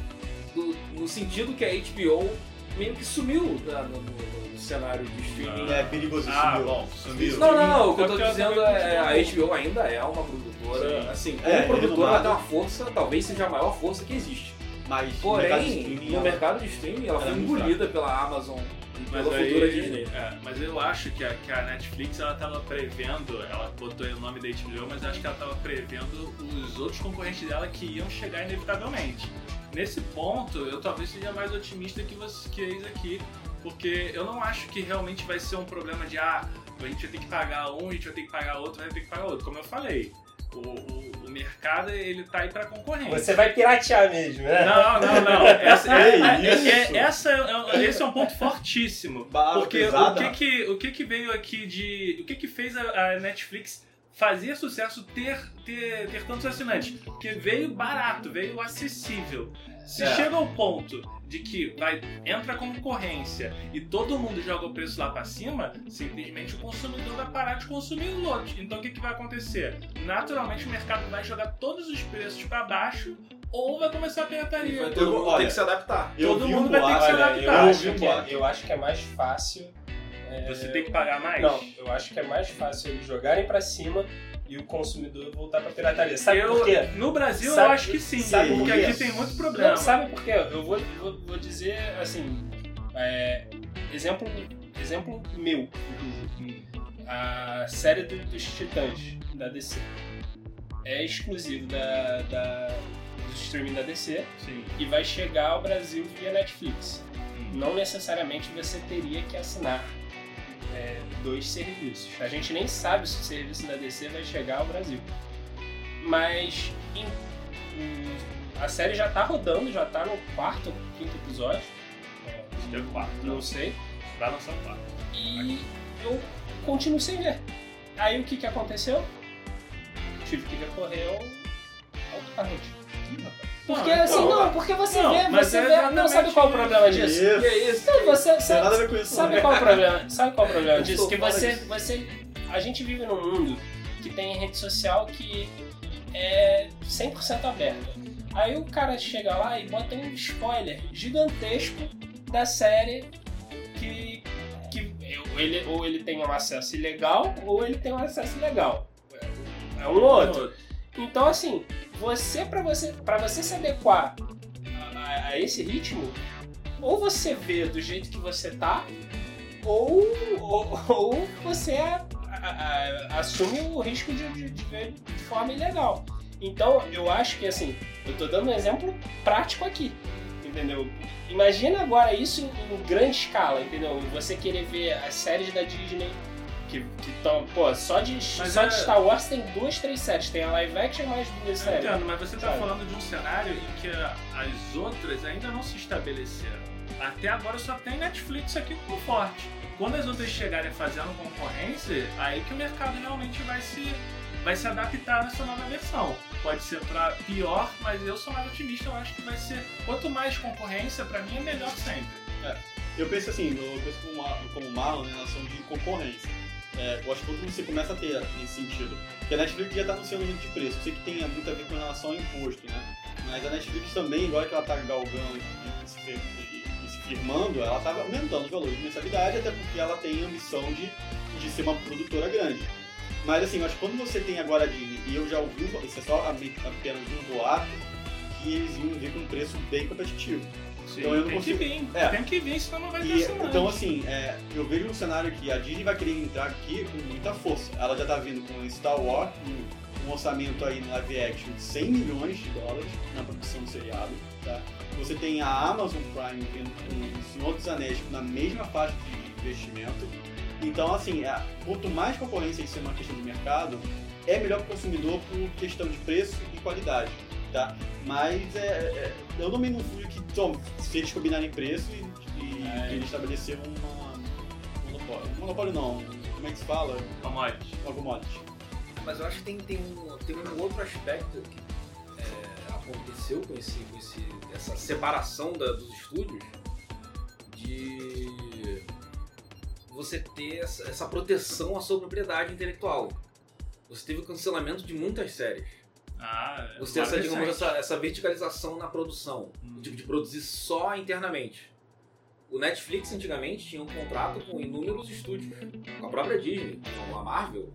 do- no sentido que a HBO meio que sumiu da- no, no- no cenário de streaming. É perigoso isso, Ah, meu. bom, sumiu. Não, não, não. O que eu É tô porque ela dizendo também é a continua. HBO ainda é uma produtora. Sim. Assim, como É, produtora, ela renomada. tem uma força, talvez seja a maior força que existe. Mas no mercado de Porém, streaming, é no ela- mercado de streaming, ela ela foi é muito engolida pela Amazon e Mas pela aí- futura Disney. é, mas eu acho que a, que a Netflix ela tava prevendo, ela botou aí o nome da HBO, mas eu acho que ela tava prevendo os outros concorrentes dela que iam chegar inevitavelmente. Nesse ponto, eu talvez seja mais otimista que vocês aqui, porque eu não acho que realmente vai ser um problema de ah, a gente vai ter que pagar um, a gente vai ter que pagar outro, vai ter que pagar outro. Como eu falei, o, o- o mercado ele tá aí para concorrência. Você vai piratear mesmo, né? Não, não, não. Essa, é, Que é- isso? é- essa é- esse é um ponto fortíssimo. Barra porque o pesada. que que, o que que veio aqui de. O que que fez a, a Netflix fazer sucesso ter, ter, ter tantos assinantes? Porque veio barato, veio acessível. Se É. chega ao ponto de que vai, entra concorrência e todo mundo joga o preço lá pra cima, simplesmente o consumidor vai parar de consumir o lote. Então o que, que vai acontecer? Naturalmente o mercado vai jogar todos os preços pra baixo ou vai começar a pirataria. Vai todo mundo olha, tem que se adaptar. eu todo vi mundo um vai ter que se boato, adaptar. Eu eu, ouvi acho um que boato. é, eu acho que é mais fácil. é, Você tem que pagar mais? Não, eu acho que é mais fácil eles jogarem pra cima e o consumidor voltar pra pirataria. Sabe Eu- por quê? No Brasil eu Sabe- acho que sim, sabe porque por quê? aqui tem muito problema. Não, sabe por quê? Eu vou, vou, vou dizer assim. é, exemplo, exemplo meu, inclusive. A série do- dos Titãs, da DC. É exclusivo da, da- do streaming da DC Sim. e vai chegar ao Brasil via Netflix. Não necessariamente você teria que assinar é, dois serviços. A gente nem sabe se o serviço da DC vai chegar ao Brasil. Mas em- em- a série já tá rodando, já tá no quarto ou quinto episódio. É, Deu quatro. não sei. né? Vai lançar quatro. E eu continuo sem ver. Aí o que que aconteceu? Tive que recorrer ao ao torrent. Porque Não, assim, então, não, porque você não, vê, mas você é vê. Não, sabe qual o problema Isso. disso? Não Não, você, tem nada a sabe, ver com isso. né? sabe não. qual o problema? Sabe qual o problema Eu disso? sou Que fora você, disso. você. A gente vive num mundo que tem rede social que é 100% aberta. Aí o cara chega lá e bota um spoiler gigantesco da série que. que ou, ele, ou ele tem um acesso ilegal ou ele tem um acesso legal. É um ou outro. Então assim, você para você para você se adequar a- a, a esse ritmo, ou você vê do jeito que você tá, ou ou, ou você a- a- a- assume o risco de, de- de ver de forma ilegal. Então eu acho que assim, eu tô dando um exemplo prático aqui, entendeu? Imagina agora isso em, em grande escala, entendeu? Você querer ver as séries da Disney que estão, pô, só de, só é- de Star Wars tem duas, três séries. Tem a live action mais duas Eu séries. entendo, mas você tá Sério. falando de um cenário em que a- as outras ainda não se estabeleceram. Até agora só tem Netflix aqui como forte. Quando as outras chegarem fazendo concorrência, aí que o mercado realmente vai se, vai se adaptar nessa nova versão. Pode ser pra pior, mas eu sou mais otimista, eu acho que vai ser. Quanto mais concorrência, pra mim é melhor sempre. Eu penso assim, eu penso como, Ma- como Marlon né, na ação de concorrência. É, eu acho que quando você começa a ter nesse sentido. Porque a Netflix já está anunciando aumento de preço. Eu sei que tem muito a ver com relação ao imposto, né? Mas a Netflix também, agora que ela está galgando e se, fir- e- e se firmando, ela está aumentando os valores de mensalidade, até porque ela tem a ambição de, de ser uma produtora grande. Mas assim, eu acho que quando você tem agora a Disney, e eu já ouvi, um bo- isso é só apenas um boato, que eles iam vir com um preço bem competitivo. Então eu não tem consigo- que vir, É. tem que vir, senão não vai ter E, assinante. então, assim, é, eu vejo um cenário que a Disney vai querer entrar aqui com muita força. Ela já tá vindo com Star Wars, com um orçamento aí no live action de 100 milhões de dólares na produção do seriado, tá? Você tem a Amazon Prime vindo com o Senhor dos Anéis na mesma faixa de investimento. Então, assim, é, quanto mais concorrência isso é uma questão de mercado, é melhor para o consumidor por questão de preço e qualidade, tá? Mas é, é, eu também não fui que, bom, se eles combinarem preço e, e É. eles estabeleceram uma- um monopólio. Monopólio não, como é que se fala? Commodity. Uma commodity. Mas eu acho que tem, tem, um, tem um outro aspecto que é, aconteceu com, esse, com esse, essa separação da- dos estúdios de você ter essa, essa proteção à sua propriedade intelectual. Você teve o cancelamento de muitas séries. Ah, Você tem agora essa, digamos, recente. essa, essa verticalização na produção, tipo, Hum. de, de produzir só internamente. O Netflix antigamente tinha um contrato com inúmeros estúdios, com a própria Disney, com a Marvel,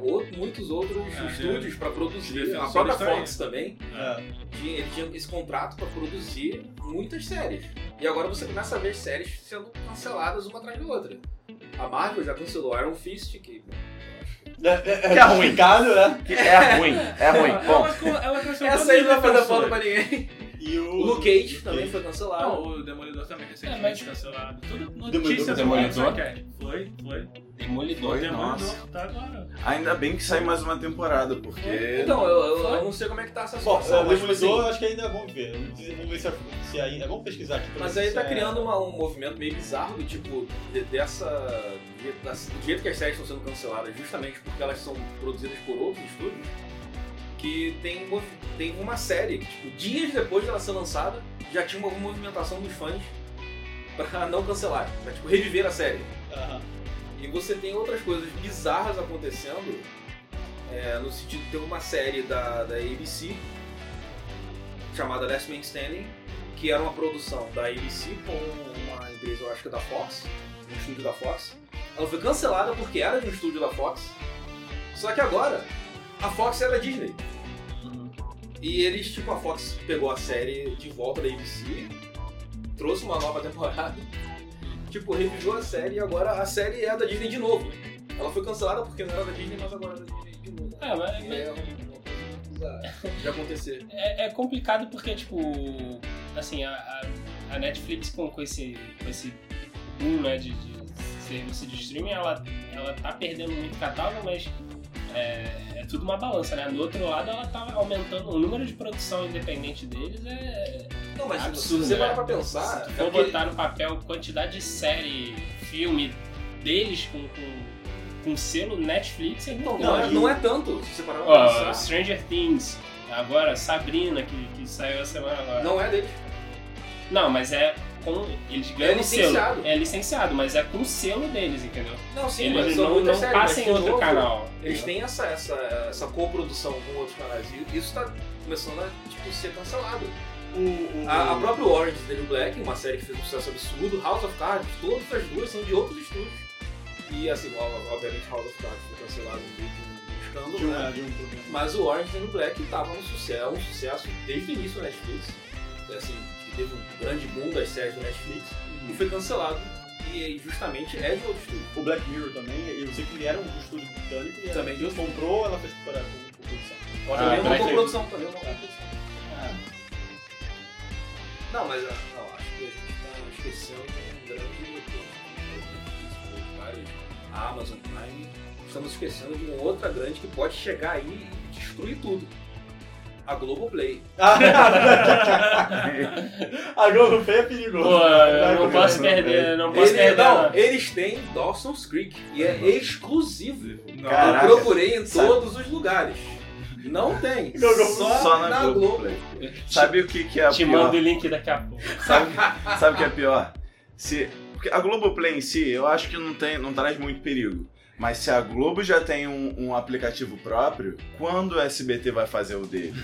o- o- muitos outros É, estúdios para os produzir. A defensores né? própria estão aí. Fox também É, tinha, ele tinha esse contrato para produzir muitas séries. E agora você começa a ver séries sendo canceladas uma atrás da outra. A Marvel já cancelou Iron Fist, que que é ruim. né? É ruim, é ruim. Ela, Bom, ela, ela cancelou essa aí todos não vai fazer os defensores. falta pra ninguém. E o, O Luke Cage também foi cancelado. Não, Ah, o Demolidor também recentemente É, mas- cancelado. Tudo Demolidor- notícia do Demolidor? Demolidor. Foi, foi. Demolidor. Oi, Demolidor, nossa. tá agora. Ainda bem que sai mais uma temporada, É, porque. Então, eu, eu- eu não sei como é que tá essa É, Bom, situação, o mas, tipo Demolidor assim, eu acho que ainda é bom ver. Vamos dizer- vamos ver se, é- se aí. É, vamos pesquisar aqui. pra mas ver aí se tá é- criando uma- um movimento meio bizarro do tipo, de- dessa. de- da- do jeito que as séries estão sendo canceladas, justamente porque elas são produzidas por outros estúdios, que tem, mov- tem uma série que, tipo, dias depois dela ser lançada, já tinha uma movimentação dos fãs pra não cancelar, pra tipo, reviver a série. Aham. E você tem outras coisas bizarras acontecendo, é, no sentido de ter uma série da, da ABC chamada Last Man Standing, que era uma produção da ABC com uma empresa, eu acho que é da Fox, um estúdio da Fox. Ela foi cancelada porque era de um estúdio da Fox, só que agora a Fox era da Disney. Uhum. E eles, tipo, a Fox pegou a série de volta da ABC, trouxe uma nova temporada, tipo, revisou a série e agora a série é da Disney de novo. Ela foi cancelada porque não era da Disney, mas agora é da Disney de novo. Ah, mas- mas- É uma coisa bizarra de acontecer. é, é complicado porque, tipo, assim, a, a- a Netflix com, com esse, com esse boom né, de, de serviço de streaming, ela, ela tá perdendo muito catálogo, mas é, é tudo uma balança, né? Do outro lado, ela tá aumentando o número de produção independente deles, é... Não, mas Absurdo, se você né? parar pra pensar, se tu é for porque- botar no papel quantidade de série, filme deles com, com, com selo Netflix, é muito não, grande. não, é, não é tanto, se você parar pra Ó, pensar. Stranger Things, agora Sabrina, que, que saiu a semana agora. Não é dele. Não, mas é com. Eles ganham É o licenciado. selo. É licenciado, mas é com o selo deles, entendeu? Não, sim, mas eles são não, muitas não séries, mas passam em de outro novo, canal. É. Eles têm essa, essa, essa coprodução com outros canais. E isso tá começando a tipo, ser cancelado. O, o, A, a própria Orange is the New Black, uma série que fez um sucesso absurdo, House of Cards, todas as duas são de outros estúdios. E assim, ó, obviamente House of Cards foi cancelado no meio de um escândalo, de né? um, de um programa. Mas o Orange is the New Black tava um sucesso, um sucesso desde o início da Netflix. Assim, que teve um grande boom das séries do Netflix Uhum. e foi cancelado. E justamente é de outro estúdio. O Black Mirror também, eu sei que ele era um estúdio britânico e Também ela de- comprou, ela fez para com com produção. Também Ah, uma Black coprodução, também uma coprodução. Ah, Não, mas ah, não, acho que a gente tá esquecendo um grande vários a Amazon Prime. Estamos esquecendo de uma outra grande que pode chegar aí e destruir tudo. A Globoplay. Ah, a Globo Play é perigoso. Pô, eu não posso perder, eu não posso Ele, perder. não, Não. eles têm Dawson's Creek e é exclusivo. Caraca. Eu procurei em Sabe- todos os lugares. Não tem. No Globo- Só, Só na, na Globoplay. Globoplay. Sabe o que, que é a Te pior? mando o link daqui a pouco. Sabe, sabe o que é pior? Se, porque a Globoplay em si, eu acho que não, tem, não traz muito perigo. Mas se a Globo já tem um, um aplicativo próprio, quando o SBT vai fazer o dele?